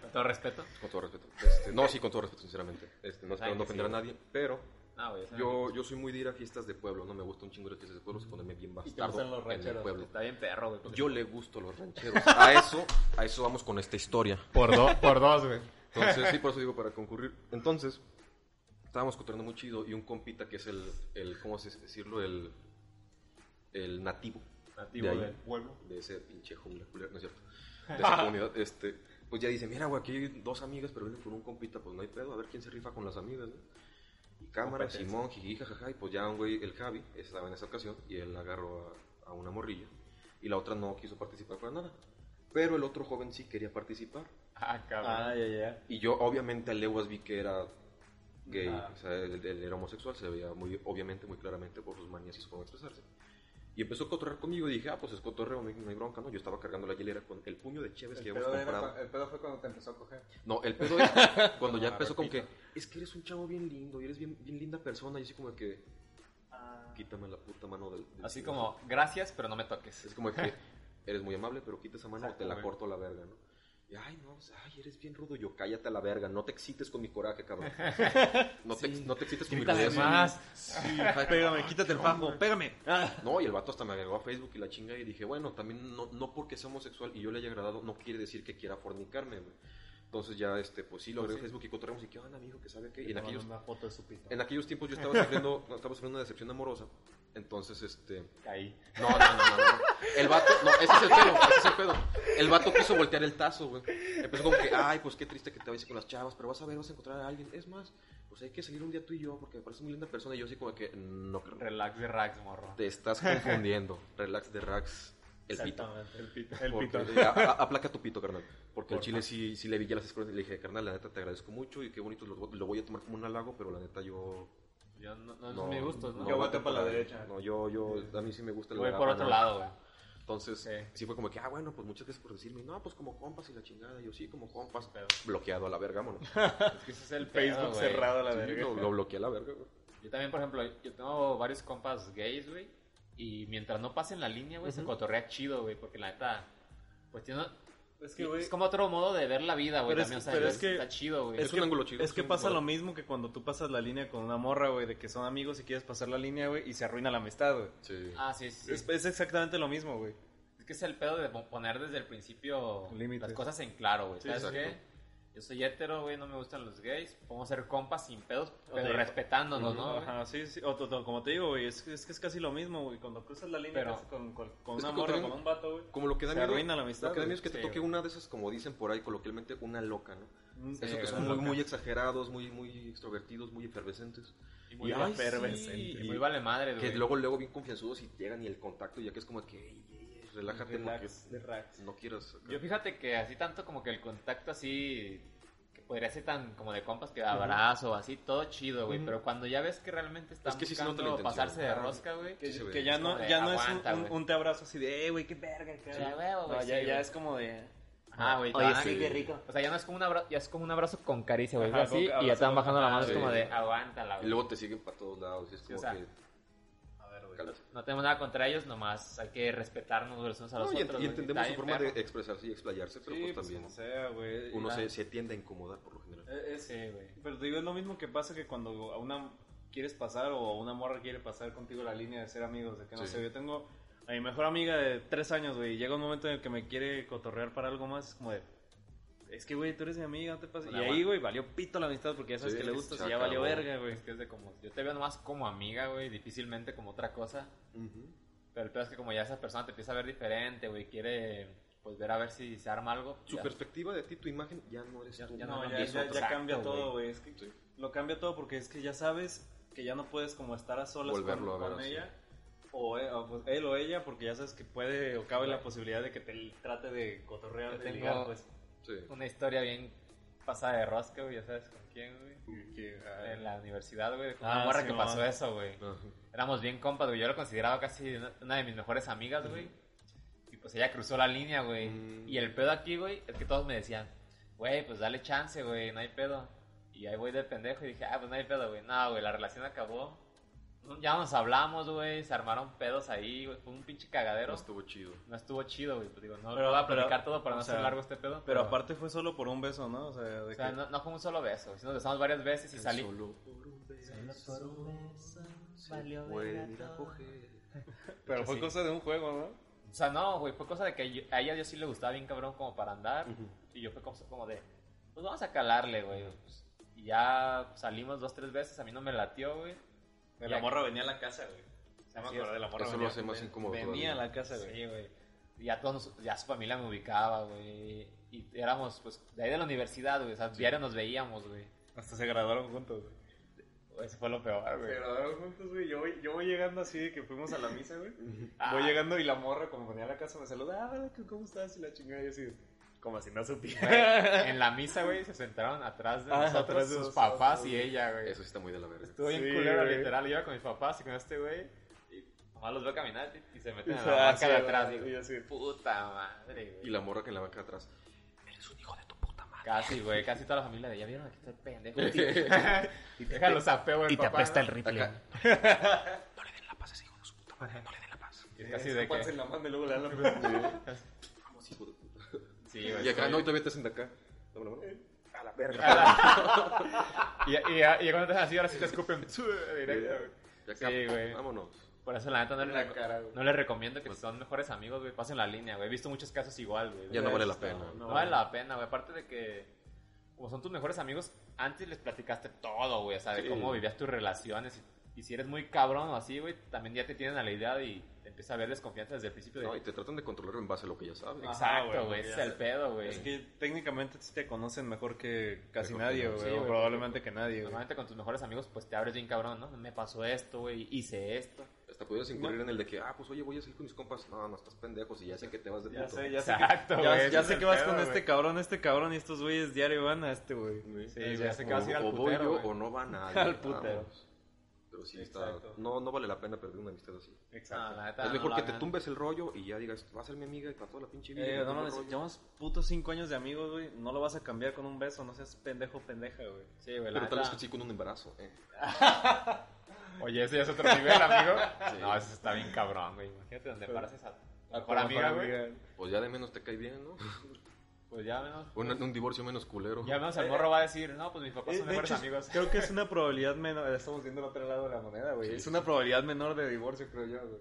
A: Con todo respeto.
C: con todo respeto. Este, no, sí, con todo respeto, sinceramente. Este, no espero
A: Saben
C: no
A: que sí,
C: ofender a
A: güey.
C: nadie, pero
A: No, güey, eso no
C: yo, yo soy muy de ir a fiestas de pueblo, no me gusta un chingo de fiestas de pueblo, se ponerme bien
B: gustan los
C: bastardo en el
B: rancheros,
C: pueblo.
A: Está bien perro, güey. porque-
C: Yo le gusto a los rancheros. A eso, a eso vamos con esta historia.
A: Por, do- por dos, güey.
C: Entonces, sí, por eso digo, para concurrir. Entonces, estábamos cotorreando muy chido y un compita que es el, el ¿cómo se decirlo? El, el nativo.
A: Nativo
C: ahí,
A: del pueblo.
C: De ese pinche jungla, culero, no es cierto. De esa comunidad, este. Pues ya dice, mira, güey, aquí hay dos amigas, pero vienen con un compita, pues no hay pedo, a ver quién se rifa con las amigas, ¿no? Y cámara,
B: Competencia.
C: Simón, jiji, jajaja, y pues ya un güey, el Javi, estaba en esa ocasión, y él agarró a, a una morrilla, y la otra no quiso participar para nada. Pero el otro joven sí quería participar,
A: Ah, cabrón.
B: Ah, ya, ya.
C: y yo obviamente a Leguas vi que era gay,
A: Ah.
C: o sea, él, él era homosexual, se veía muy, obviamente muy claramente por sus manías y su forma de expresarse. Y empezó a cotorrear conmigo y dije, ah, pues es cotorreo, no hay- no hay bronca, ¿no? Yo estaba cargando la hielera con el puño de Chévez que habíamos comprado.
B: fue cuando te empezó a coger.
C: No, el pedo es cuando ya
B: Ah,
C: empezó con que,
B: repito.
C: es que eres un chavo bien lindo y eres bien, bien linda persona. Y así como que, quítame la puta mano del... del
A: Ah. Así
C: cigarro".
A: como, gracias, pero no me toques.
C: Es como que eres muy amable, pero quita esa mano o te la
B: Exactamente.
C: corto a la verga, ¿no? Y, ay, no, o sea, ay, eres bien rudo. Yo, cállate a la verga, no te excites con mi coraje, cabrón. No te, no te excites con mi
A: Grítale
C: coraje.
A: más.
B: Pégame, quítate el fajo, pégame. Ah.
C: No, y el vato hasta me agregó a Facebook y la chinga y dije, bueno, también no, no porque sea homosexual y yo le haya agradado, no quiere decir que quiera fornicarme, güey. Entonces ya, este, pues sí, lo agregué a Facebook y cotorreamos y qué onda, amigo, que sabe qué. Y en aquellos,
B: Una foto de su pito.
C: en aquellos tiempos yo estaba sufriendo, estaba sufriendo una decepción amorosa. Entonces, este...
A: Ahí.
C: No, no, no, no, no. El vato, no, ese es el pedo, ese es el pedo. El vato quiso voltear el tazo, güey. Empezó como que, ay, pues qué triste que te vayas con las chavas, pero vas a ver, vas a encontrar a alguien. Es más, pues hay que salir un día tú y yo, porque me parece muy linda persona. Y yo así como que, no, carnal,
A: Relax de racks, morro.
C: te estás confundiendo. Relax de Rax. el pito.
B: Exactamente. El pito.
C: Porque- a- a- aplaca tu pito, carnal. Porque el chile sí, sí le vi ya las escuelas y le dije, carnal, la neta te agradezco mucho y qué bonito, lo, lo voy a tomar como un halago, pero la neta yo...
A: Yo no, no, es mi gusto, ¿no?
F: Yo
A: voy,
F: voy- volteo para la derecha.
C: No, yo, yo, a mí sí me gusta el
A: por
C: halago,
A: otro
C: ¿no?
A: lado, güey.
C: Entonces,
A: Sí.
C: sí. fue como que, ah, bueno, pues muchas gracias por decirme. No, pues como compas y la chingada. Y yo, sí, como compas. Bloqueado a la verga, vámonos.
A: Es que ese es el
B: Facebook
A: pedo, güey.
B: cerrado a la
C: Sí,
B: verga.
C: lo, lo bloqueé a la verga, güey.
A: Yo también, por ejemplo, yo tengo varios compas gays, güey. Y mientras no pasen la línea, güey, se cotorrea chido, güey. Porque la neta, pues tiene...
B: Es
A: Es,
B: que, güey,
A: como otro modo de ver la vida, güey.
B: Pero es-
A: También, o sea,
B: pero es
A: es-
B: que-
A: está chido, güey.
C: Es, un ángulo chido.
B: Es que
C: sí,
B: pasa
C: bueno.
B: lo mismo que cuando tú pasas la línea con una morra, güey, de que son amigos y quieres pasar la línea, güey, y se arruina la amistad, güey.
C: Sí.
A: Ah, sí, sí. sí.
B: Es, es exactamente lo mismo, güey.
A: Es que es el pedo de po- poner desde el principio
B: Límites.
A: las cosas en claro, güey.
B: Sí,
A: ¿Sabes
C: exacto.
A: qué? Yo soy hetero, güey, no me gustan los gays. Podemos ser compas sin pedos, pero
B: Pero-
A: respetándonos,
C: Ah,
A: ¿no? güey?
B: Ajá, sí, sí. O, to- to- como te digo, güey, es, que- es que es casi lo mismo, güey. Cuando cruzas la línea
A: Pero-
B: casi con, con- con
C: Es
B: una
C: que
B: morra,
C: también-
B: con un vato, güey.
C: Como lo que da
B: Se
C: miedo.
B: arruina la amistad,
C: Lo que da miedo
B: güey.
C: es que te
B: Sí,
C: toque
B: güey.
C: una de esas, como dicen por ahí coloquialmente, una loca, ¿no?
B: Sí,
C: Esos que
B: güey,
C: son
B: una
C: muy, muy
B: loca.
C: exagerados, muy, muy extrovertidos, muy efervescentes.
B: Y muy
C: ay,
B: efervescente.
C: sí,
A: Y muy vale madre,
C: Que
A: güey.
C: luego, luego bien confianzudos y llegan y el contacto, ya que es como que, "Ey, ey, ey, relájate
B: Relax, relax.
C: porque no quieras. acá".
A: Yo fíjate que así tanto como que el contacto así, que podría ser tan como de compas que abrazo, así, todo chido, güey. Pero cuando ya ves que realmente están
C: Es que sí se nota la
A: buscando
C: intención.
A: pasarse de
C: Ah,
A: rosca, güey.
B: Que,
C: Sí se ve. eh,
B: que ya no,
A: Sobre,
B: ya no es un-
A: aguanta,
B: un,
A: güey.
B: un te abrazo así de, "Eh, güey, qué verga, qué
A: Sí, a huevo, güey,
B: No, ya,
A: sí,
B: ya
A: güey.
B: es como de.
A: Ah, güey, te
C: Oye,
A: van a-
C: sí. Qué
B: rico.
A: O sea, ya no es como un abrazo, ya es como un abrazo con caricia, güey.
B: Ajá,
A: así, y
B: con-
A: ya te van
B: abrazo-
A: bajando la mano, es
C: sí.
A: como de, aguántala,
C: Y
A: güey.
C: luego te siguen para todos lados y es como
A: o sea,
C: que... Cálmate.
A: No tenemos nada contra ellos, nomás hay que respetarnos los unos a los
C: No, y, ent-
A: otros.
C: y
A: güey.
C: entendemos
A: Está
C: su
A: bien,
C: forma
A: perro.
C: de expresarse y explayarse, pero
B: Sí,
C: pues,
B: pues
C: también
B: como sea, güey.
C: uno
B: Ah,
C: se, se tiende a incomodar por lo general.
B: eh, es-
A: Sí, güey.
B: Pero te digo, es lo mismo que pasa que cuando a una quieres pasar o a una morra quiere pasar contigo la línea de ser amigos, de que no
C: Sí.
B: sé, yo tengo a mi mejor amiga de tres años, güey, y llega un momento en el que me quiere cotorrear para algo más, es como de, es que, güey, tú eres mi amiga, no te pases. Y
A: Hola,
B: ahí,
A: bueno.
B: güey, valió pito la amistad porque ya sabes
C: Sí,
B: que le
C: se
B: gustas y ya
C: acabó.
B: valió verga, güey.
A: Es que es de como, yo te veo nomás como amiga, güey, difícilmente como otra cosa.
C: Ujú.
A: Pero el peor es que como ya esa persona te empieza a ver diferente, güey, quiere pues ver a ver si se arma algo.
C: Su
A: ya.
C: perspectiva de ti, tu imagen, ya no eres
A: Ya-
C: tú.
A: ya
B: No,
A: no,
B: ya,
A: es
B: ya-
A: otro
B: ya
A: acto,
B: cambia
A: güey.
B: todo, güey. Es que lo cambia todo porque es que ya sabes que ya no puedes como estar a solas
C: Volverlo
B: con,
C: a ver
B: con
C: así.
B: ella. O, eh, o, pues, él o ella, porque ya sabes que puede o cabe la posibilidad de que te trate de cotorrear,
A: Yo
B: de
A: tengo-
B: ligar, pues.
C: Sí.
A: Una historia bien pasada de rosca, güey, ya sabes con quién, güey.
B: Que, ah,
A: En la universidad, güey, con
B: Ah,
A: una morra
B: sí,
A: que
B: mamá.
A: pasó eso, güey. Éramos bien compas, güey. Yo lo consideraba casi una- una de mis mejores amigas, güey. Y pues ella cruzó la línea, güey.
C: Mm.
A: Y el pedo aquí, güey, es que todos me decían, güey, pues dale chance, güey, no hay pedo. Y ahí voy de pendejo y dije, ah, pues no hay pedo, güey. No, güey, la relación acabó. No, Ya nos hablamos, güey, se armaron pedos ahí, güey. Fue un pinche cagadero.
C: No estuvo chido.
A: No estuvo chido, güey. Pues digo, no,
B: Pero-
A: no voy a
B: pero-
A: platicar todo para
B: o
A: no
B: sea,
A: hacer largo este pedo.
B: pero aparte fue solo por un beso, ¿no? O sea, de
A: O sea,
B: que-
A: no, no fue un solo beso. güey, sí Nos besamos varias veces y
C: Tan
A: salí.
C: Solo por un beso. se puede ir a coger.
B: pero fue
A: pues, sí.
B: cosa de un juego, ¿no?
A: O sea, no, güey, fue cosa de que yo- a ella yo sí le gustaba bien cabrón como para andar. Y yo fue cosa como de, pues vamos a calarle, güey. pues. y ya salimos dos, tres veces, a mí no me latió, güey.
B: De
A: la
B: la
A: morra
B: morra venía a la casa, güey. Se me
A: Así
B: acordé
A: es.
B: de la morra
C: Eso lo
B: venía-
C: hace más incómodo.
B: Venía a
C: todavía.
B: la casa, güey.
A: Sí, güey. Y ya, todos, nos- ya su familia me ubicaba, güey. Y éramos, pues, de ahí de la universidad, güey. O sea, diario nos veíamos, güey.
B: Hasta se graduaron juntos, güey.
A: Eso fue lo peor,
B: Se
A: güey.
B: graduaron juntos, güey. Yo voy, yo voy llegando así de que fuimos a la misa, güey.
A: Ah.
B: Voy llegando y la morra, cuando venía a la casa, me saluda. Ah, hola, ¿cómo estás? Y la chingada, yo así, como si no supiera.
A: Güey, En la misa, güey, se sentaron atrás de
B: Ah,
A: nosotros,
B: atrás de
A: sus
B: nosotros,
A: papás y
B: güey.
A: ella, güey.
C: Eso sí está muy de la verga.
A: Estuvo bien
B: Sí,
A: culero,
B: güey.
A: literal. Yo iba con mis papás y con este güey. Y nomás los veo caminar y, y se meten en
B: Ah,
A: la banca
B: sí,
A: de
B: güey,
A: atrás.
B: sí,
A: digo,
B: yo sí.
A: puta madre,
C: Y
A: güey.
C: la morra que en la banca de atrás. Eres un hijo de tu puta madre.
A: Casi, güey. Casi toda la familia de ella. ¿Vieron aquí está el pendejo? y déjalo sapeo, güey. papá, ¿no?
G: rifle.
C: Acá. No le den la paz a ese hijo de su puta madre. No le den la paz.
A: Y casi de
B: Pásense
A: que.
B: la mano y luego le dan la mano.
C: Vamos, hijo de puta.
A: Sí, güey.
C: Y acá,
A: sí.
C: no, y todavía te hacen de acá. Dame la mano. A la verga.
A: Y, y, y cuando estás así, ahora sí te escupen. ¡zu! Directo, güey.
C: Y acá,
A: Sí, güey.
C: Vámonos.
A: Por eso, la neta, no,
B: En
A: le
B: la
A: reco-
B: cara, güey.
A: no les recomiendo que si son mejores amigos, güey, pasen la línea, güey. He visto muchos casos igual, güey.
C: Ya
A: de-
C: no vale la
B: No,
C: pena.
A: No,
B: no.
A: vale la pena, güey. Aparte de que, como son tus mejores amigos, antes les platicaste todo, güey. O sea, de
C: Sí.
A: cómo vivías tus relaciones. Y, y si eres muy cabrón o así, güey, también ya te tienen a la idea y te empieza a haber desconfianza desde el principio. De...
C: No, y te tratan de controlar en base a lo que ya sabes.
B: Ah,
A: Exacto,
B: güey,
A: güey.
B: ya
A: Ese es el
B: sé.
A: pedo, güey.
B: Es que técnicamente sí te conocen mejor que casi
C: Mejor que
B: nadie,
C: nadie.
B: güey.
A: Sí,
B: o
A: güey,
B: probablemente que nadie, güey.
A: Normalmente con tus mejores amigos, pues te abres bien cabrón, ¿no? Me pasó esto, güey, hice esto.
C: Está Hasta pudieras incurrir en el de que, ah, pues oye, voy a salir con mis compas. No, no, estás pendejo, si ya sé que te vas de
B: Ya
C: puto.
B: sé, ya sé. que-
A: Exacto,
B: ya-
A: güey.
B: ya
A: ese
B: sé
A: es
B: que
A: el
B: vas
A: pedo,
B: con
A: güey.
B: este cabrón, este cabrón y estos güeyes diario van a este, güey.
C: Sí,
A: Sí, ya sé que
C: o,
A: vas a ir al
C: o voy
A: putero,
C: yo
A: güey.
C: o no va nadie.
B: Al putero.
C: vamos. Pero sí, está,
B: Exacto.
C: no, no vale la pena perder una amistad así.
A: No, Ah, la neta,
C: es
A: no
C: mejor
A: lo
C: que te
A: hagan.
C: tumbes el rollo y ya digas, va a ser mi amiga y para toda la pinche vida.
B: Eh,
C: me
B: no
C: tumbo el
B: mames,
C: rollo.
B: llevamos putos 5 años de amigos, güey. No lo vas a cambiar con un beso, no seas pendejo, pendeja, güey.
A: Sí, güey, la
C: Pero tal vez
A: neta.
C: que sí con un embarazo. eh.
A: Oye, ese ya es otro nivel, amigo. No, ese está bien cabrón, güey. Imagínate donde paras a tu mejor amiga, güey.
B: Eh,
C: Pues ya de menos te cae bien, ¿no?
A: Pues ya menos.
C: Un, un divorcio menos culero.
A: Ya menos el morro va a decir, no, pues mis papás
B: Eh,
A: son
B: de
A: mejores
B: hecho,
A: amigos.
B: creo que es una probabilidad menor. eh, Estamos viendo el otro lado de la moneda, güey. Es una probabilidad menor de divorcio, creo yo, güey.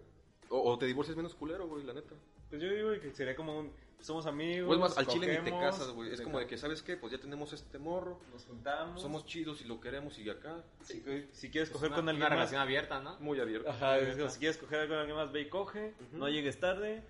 C: O, o te divorcias menos culero, güey, la neta.
B: Pues yo digo güey, que sería como un. Somos amigos.
C: O es más, al chile ni te
B: cogemos,
C: casas, güey. Es como de que, ¿sabes qué? Pues ya tenemos este morro.
B: Nos juntamos.
C: Somos chidos y lo queremos y acá.
B: Si, si quieres
A: Es
B: coger
A: una-
B: con alguien
A: Una
B: más.
A: relación abierta, ¿no?
C: Muy abierto.
B: Ajá, es como, si quieres coger con alguien más, ve y coge. No llegues tarde.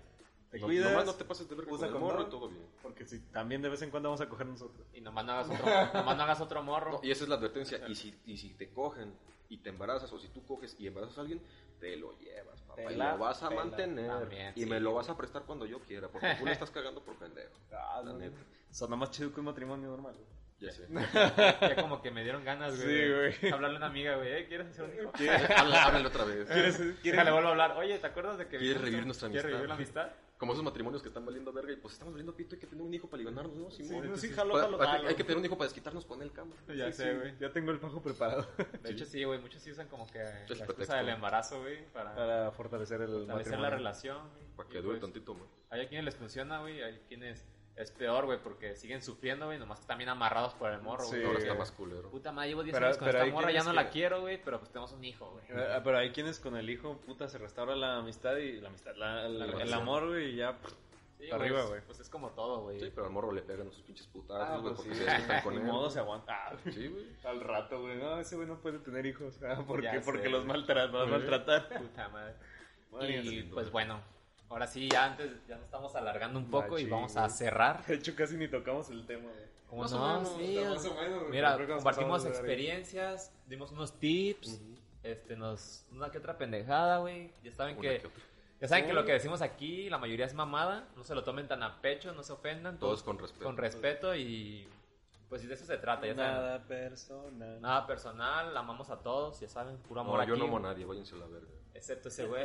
B: Te
C: No,
B: cuidas.
C: nomás no te pases de ver con
B: usa
C: el morro
B: condón.
C: y todo bien.
B: Porque si también de vez en cuando vamos a coger nosotros.
A: Y nomás no hagas otro, nomás no hagas otro morro.
C: No, y esa es la advertencia. Y si, y si te cogen y te embarazas, o si tú coges y embarazas a alguien, te lo llevas, papá.
B: Te
C: y
B: la
C: lo vas a
B: pela.
C: mantener.
A: También,
C: y
A: sí.
C: me lo vas a prestar cuando yo quiera, porque tú le estás cagando por pendejo.
B: Ah,
C: La
B: no,
C: neta.
B: Suena más chido que un matrimonio normal. güey.
C: Ya sé.
A: Ya como que me dieron ganas, güey.
B: Sí, Ah, güey.
A: de Hablarle a una amiga, güey, ¿eh? ¿quieres hacer un hijo?
C: Habla- Háblale otra vez.
A: Déjale, vuelvo a hablar. Oye, ¿te acuerdas de que...
C: ¿Quieres
A: vivimos-
C: revivir nuestra
A: ¿Quieres revivir la
C: amistad?
A: amistad?
C: Como esos matrimonios que están valiendo verga y pues estamos valiendo pito, hay que tener un hijo para libanarnos, ¿no?
B: Sí,
C: Simón?
B: sí, sí, jalo,
C: Pa-
B: jalo,
C: pa-
B: jalo.
C: Pues, Hay que tener un hijo para desquitarnos con él, cama.
A: Ya
B: Ah, Sí,
A: sé,
B: sí,
A: güey.
B: Ya tengo el pajo preparado
A: De hecho, sí, güey. Muchos sí usan como que la
C: pretexto.
A: excusa del embarazo, güey, para
B: para fortalecer el
A: establecer
B: matrimonio.
A: la relación. güey.
C: Para
A: Y,
C: que dure
A: pues,
C: tantito más.
A: Hay a quienes les funciona, güey. Hay quienes es peor, güey, porque siguen sufriendo, güey. Nomás que están bien amarrados por el morro,
B: Sí.
A: güey.
C: Ahora
B: eh,
C: está más culero.
A: Puta madre, llevo 10
B: Pero-
A: años con
B: pero
A: esta
B: hay
A: morra, ya
B: quienes
A: no la
B: que-
A: quiero, güey, pero pues tenemos un hijo, güey.
B: Ah, Pero hay quienes con el hijo, puta, se restaura la amistad y la amistad, la- el- el
C: relación.
B: amor, güey, y ya.
A: Sí,
B: para arriba,
A: es-
B: güey.
A: Pues es como todo, güey.
C: Sí, pero al morro le pegan sus pinches putadas,
B: Ah, pues
C: güey, porque
B: sí.
C: se desquitan con
B: Ni
C: él.
B: modo se aguanta. Ah,
C: Sí, güey.
B: al rato, güey. No, ese güey no puede tener hijos. Ah, ¿Por
A: Ya
B: qué?
A: sé,
B: Porque los
A: güey.
B: maltra- los va a maltratar.
A: Puta madre.
B: Madre
A: y
B: mía.
A: pues bueno, ahora sí, ya antes, ya nos estamos alargando un poco y
B: Machín,
A: vamos a
B: güey.
A: cerrar.
B: De hecho, casi ni tocamos el tema, güey.
A: ¿Cómo
C: Más o
A: pues, no?
C: menos,
A: Sí,
B: Más o menos, güey,
A: Mira,
B: creo que nos pasamos
A: compartimos
B: de verga.
A: experiencias, dimos unos tips, este, nos, una que otra pendejada, güey. Ya saben
C: Una
A: que,
C: que otra.
A: ya saben que lo que decimos aquí, la mayoría es mamada, no se lo tomen tan a pecho, no se ofendan, todos
C: Todos con respeto.
A: con respeto y pues de eso se trata, ya saben.
B: Nada personal.
A: Nada personal, la amamos a todos, ya saben, puro amor
C: No,
A: aquí.
C: yo no amo a nadie, váyanse a la verga.
A: Excepto ese güey.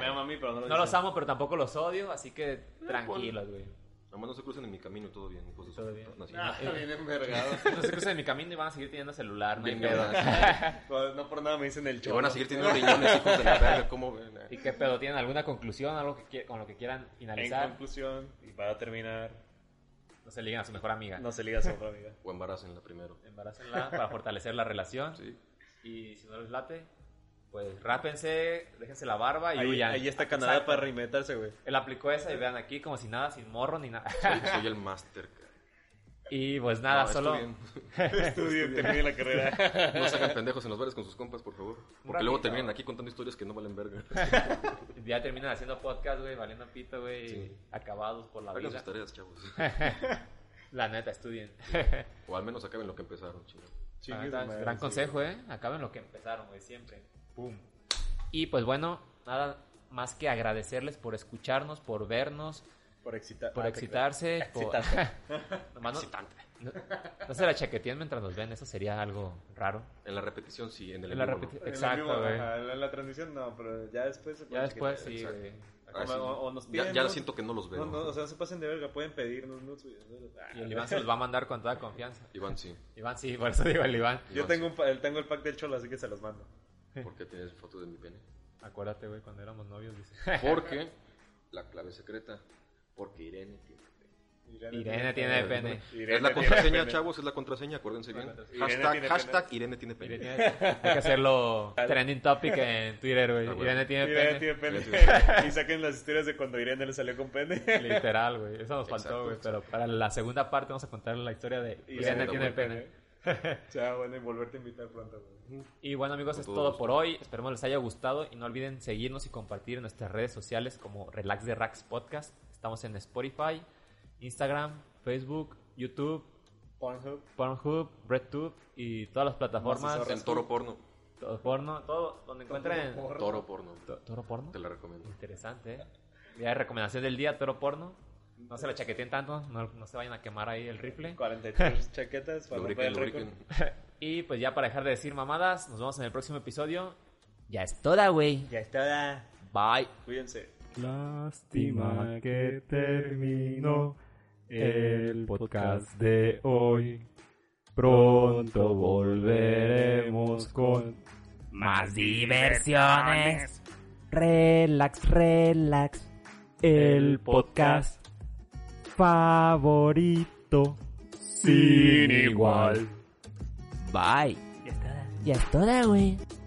B: Me ama a mí, pero no lo
A: eh, no los
B: dicen.
A: amo, pero tampoco los odio, así que
C: Eh,
A: tranquilos, güey.
C: Nada más no se crucen en mi camino y todo bien. hijos de su
A: Todo
C: puta.
A: bien.
C: No, sí.
B: Ah, bien envergado.
A: No se crucen en mi camino y van a seguir teniendo celular, no hay
C: Bien,
A: pedo.
C: bien.
B: No por nada me dicen el
C: Que
B: chorro.
C: van a seguir teniendo riñones, hijos de la verga. ¿Cómo ven?
A: ¿Y qué pedo? ¿Tienen alguna conclusión, algo que quie- con lo que quieran
B: En
A: finalizar?
B: conclusión, y para terminar,
A: No se liguen a su mejor amiga.
B: no se liga a su otra amiga.
C: O embarácenla primero.
A: Embarácenla para fortalecer la relación.
C: Sí.
A: Y si no les late, pues rápense, déjense la barba y
B: Ahí,
A: huyan.
B: ahí está Canadá
A: Exacto.
B: para reinventarse, güey.
A: Él aplicó esa y vean aquí como si nada, sin morro ni nada.
C: Soy, soy el máster. cara.
A: Y pues nada,
C: No,
A: solo...
C: estudien.
B: Estudien, terminen la
A: Ah,
B: carrera.
C: No se hagan pendejos en los bares con sus compas, por favor. Porque luego
A: ratito.
C: terminan aquí contando historias que no valen verga.
A: Ya terminan haciendo podcast, güey, valiendo pito, güey,
C: Sí.
A: acabados por la
C: Hagan
A: vida.
C: sus tareas, chavos.
A: La neta, estudien.
C: O al menos acaben lo que empezaron, chingado.
A: La neta,
B: madre,
A: gran
B: sí.
A: consejo, ¿eh? Acaben lo que empezaron, güey, siempre. Pum. Y pues bueno, nada más que agradecerles por escucharnos, por vernos,
B: Por excitar.
A: por
B: ah,
A: excitarse. Por...
B: Excitante.
A: Nomás no- no, no se la chaqueteen mientras nos ven, eso sería algo raro.
C: En la repetición, sí. En el
A: En la
C: en vivo,
A: repeti-
C: no.
B: En la
A: Exacto,
B: vivo,
A: güey.
B: ajá, En la, en la transmisión no, pero ya después se
A: Ya
B: pueden
A: después,
B: chequear.
A: sí,
C: exacto.
A: güey.
C: Ah, sí.
B: O, o- o nos
C: Ya-
B: piden.
C: ya
B: ¿no?
C: siento que no los veo.
B: No, no, o sea, no se pasen de verga, pueden pedirnos nudes, güey.
A: Y el Iván se los va a mandar con toda confianza.
C: Iván, sí.
A: Iván, sí, por eso digo el Iván.
B: Yo tengo, un, pa- el- tengo el pack del Cholo, así que se los mando.
C: Porque tienes fotos de mi pene.
A: Acuérdate, güey, cuando éramos novios, dice.
C: Porque la clave secreta. Porque Irene tiene pene.
A: Irene tiene pene.
B: Irene
C: es la
B: tiene
C: contraseña,
B: pene.
C: chavos, es la contraseña, acuérdense bien.
B: Irene
C: Hashtag,
B: tiene
C: hashtag Irene tiene
A: Irene
C: pene.
A: tiene- Hay que hacerlo trending topic en Twitter, güey.
C: Ah, güey.
A: Irene tiene
B: Irene
A: pene.
B: tiene pene. y saquen las historias de cuando Irene le salió con pene.
A: Literal, güey. Eso nos faltó,
C: Exacto,
A: güey. Pero para la segunda parte vamos a contar la historia de
B: Y
A: Irene
C: segunda
A: tiene
C: vuelta,
A: pene.
B: ¿eh? Chao, bueno, y volverte a invitar pronto, güey.
A: Y bueno, amigos,
C: Con
A: es
C: todo
A: todo
C: gusto.
A: por hoy. Esperemos les haya gustado y no olviden seguirnos y compartir en nuestras redes sociales como Relax de Racks Podcast. Estamos en Spotify, Instagram, Facebook, YouTube,
B: Pornhub.
A: Pornhub, RedTube y todas las plataformas.
B: Más
C: En toro porno.
A: Todo porno, todo donde encuentren.
H: Porno.
C: Toro porno.
A: To- ¿Toro porno?
C: Te la recomiendo.
A: Interesante, ¿eh? Ya, recomendación del día, toro porno. No se la chaqueten tanto, no, no se vayan a quemar ahí el rifle.
D: 43 chaquetas para romper
C: Lubriquen,
D: el récord.
C: lubriquen.
A: Y pues ya para dejar de decir mamadas, nos vemos en el próximo episodio. Ya es toda, güey.
D: Ya está.
A: Bye.
D: Cuídense.
I: Lástima que terminó el podcast de hoy. Pronto volveremos con
J: Más diversiones.
I: Relax, relax. El podcast favorito. Sin igual.
J: Bye.
I: Ya está.
J: Ya es toda, güey.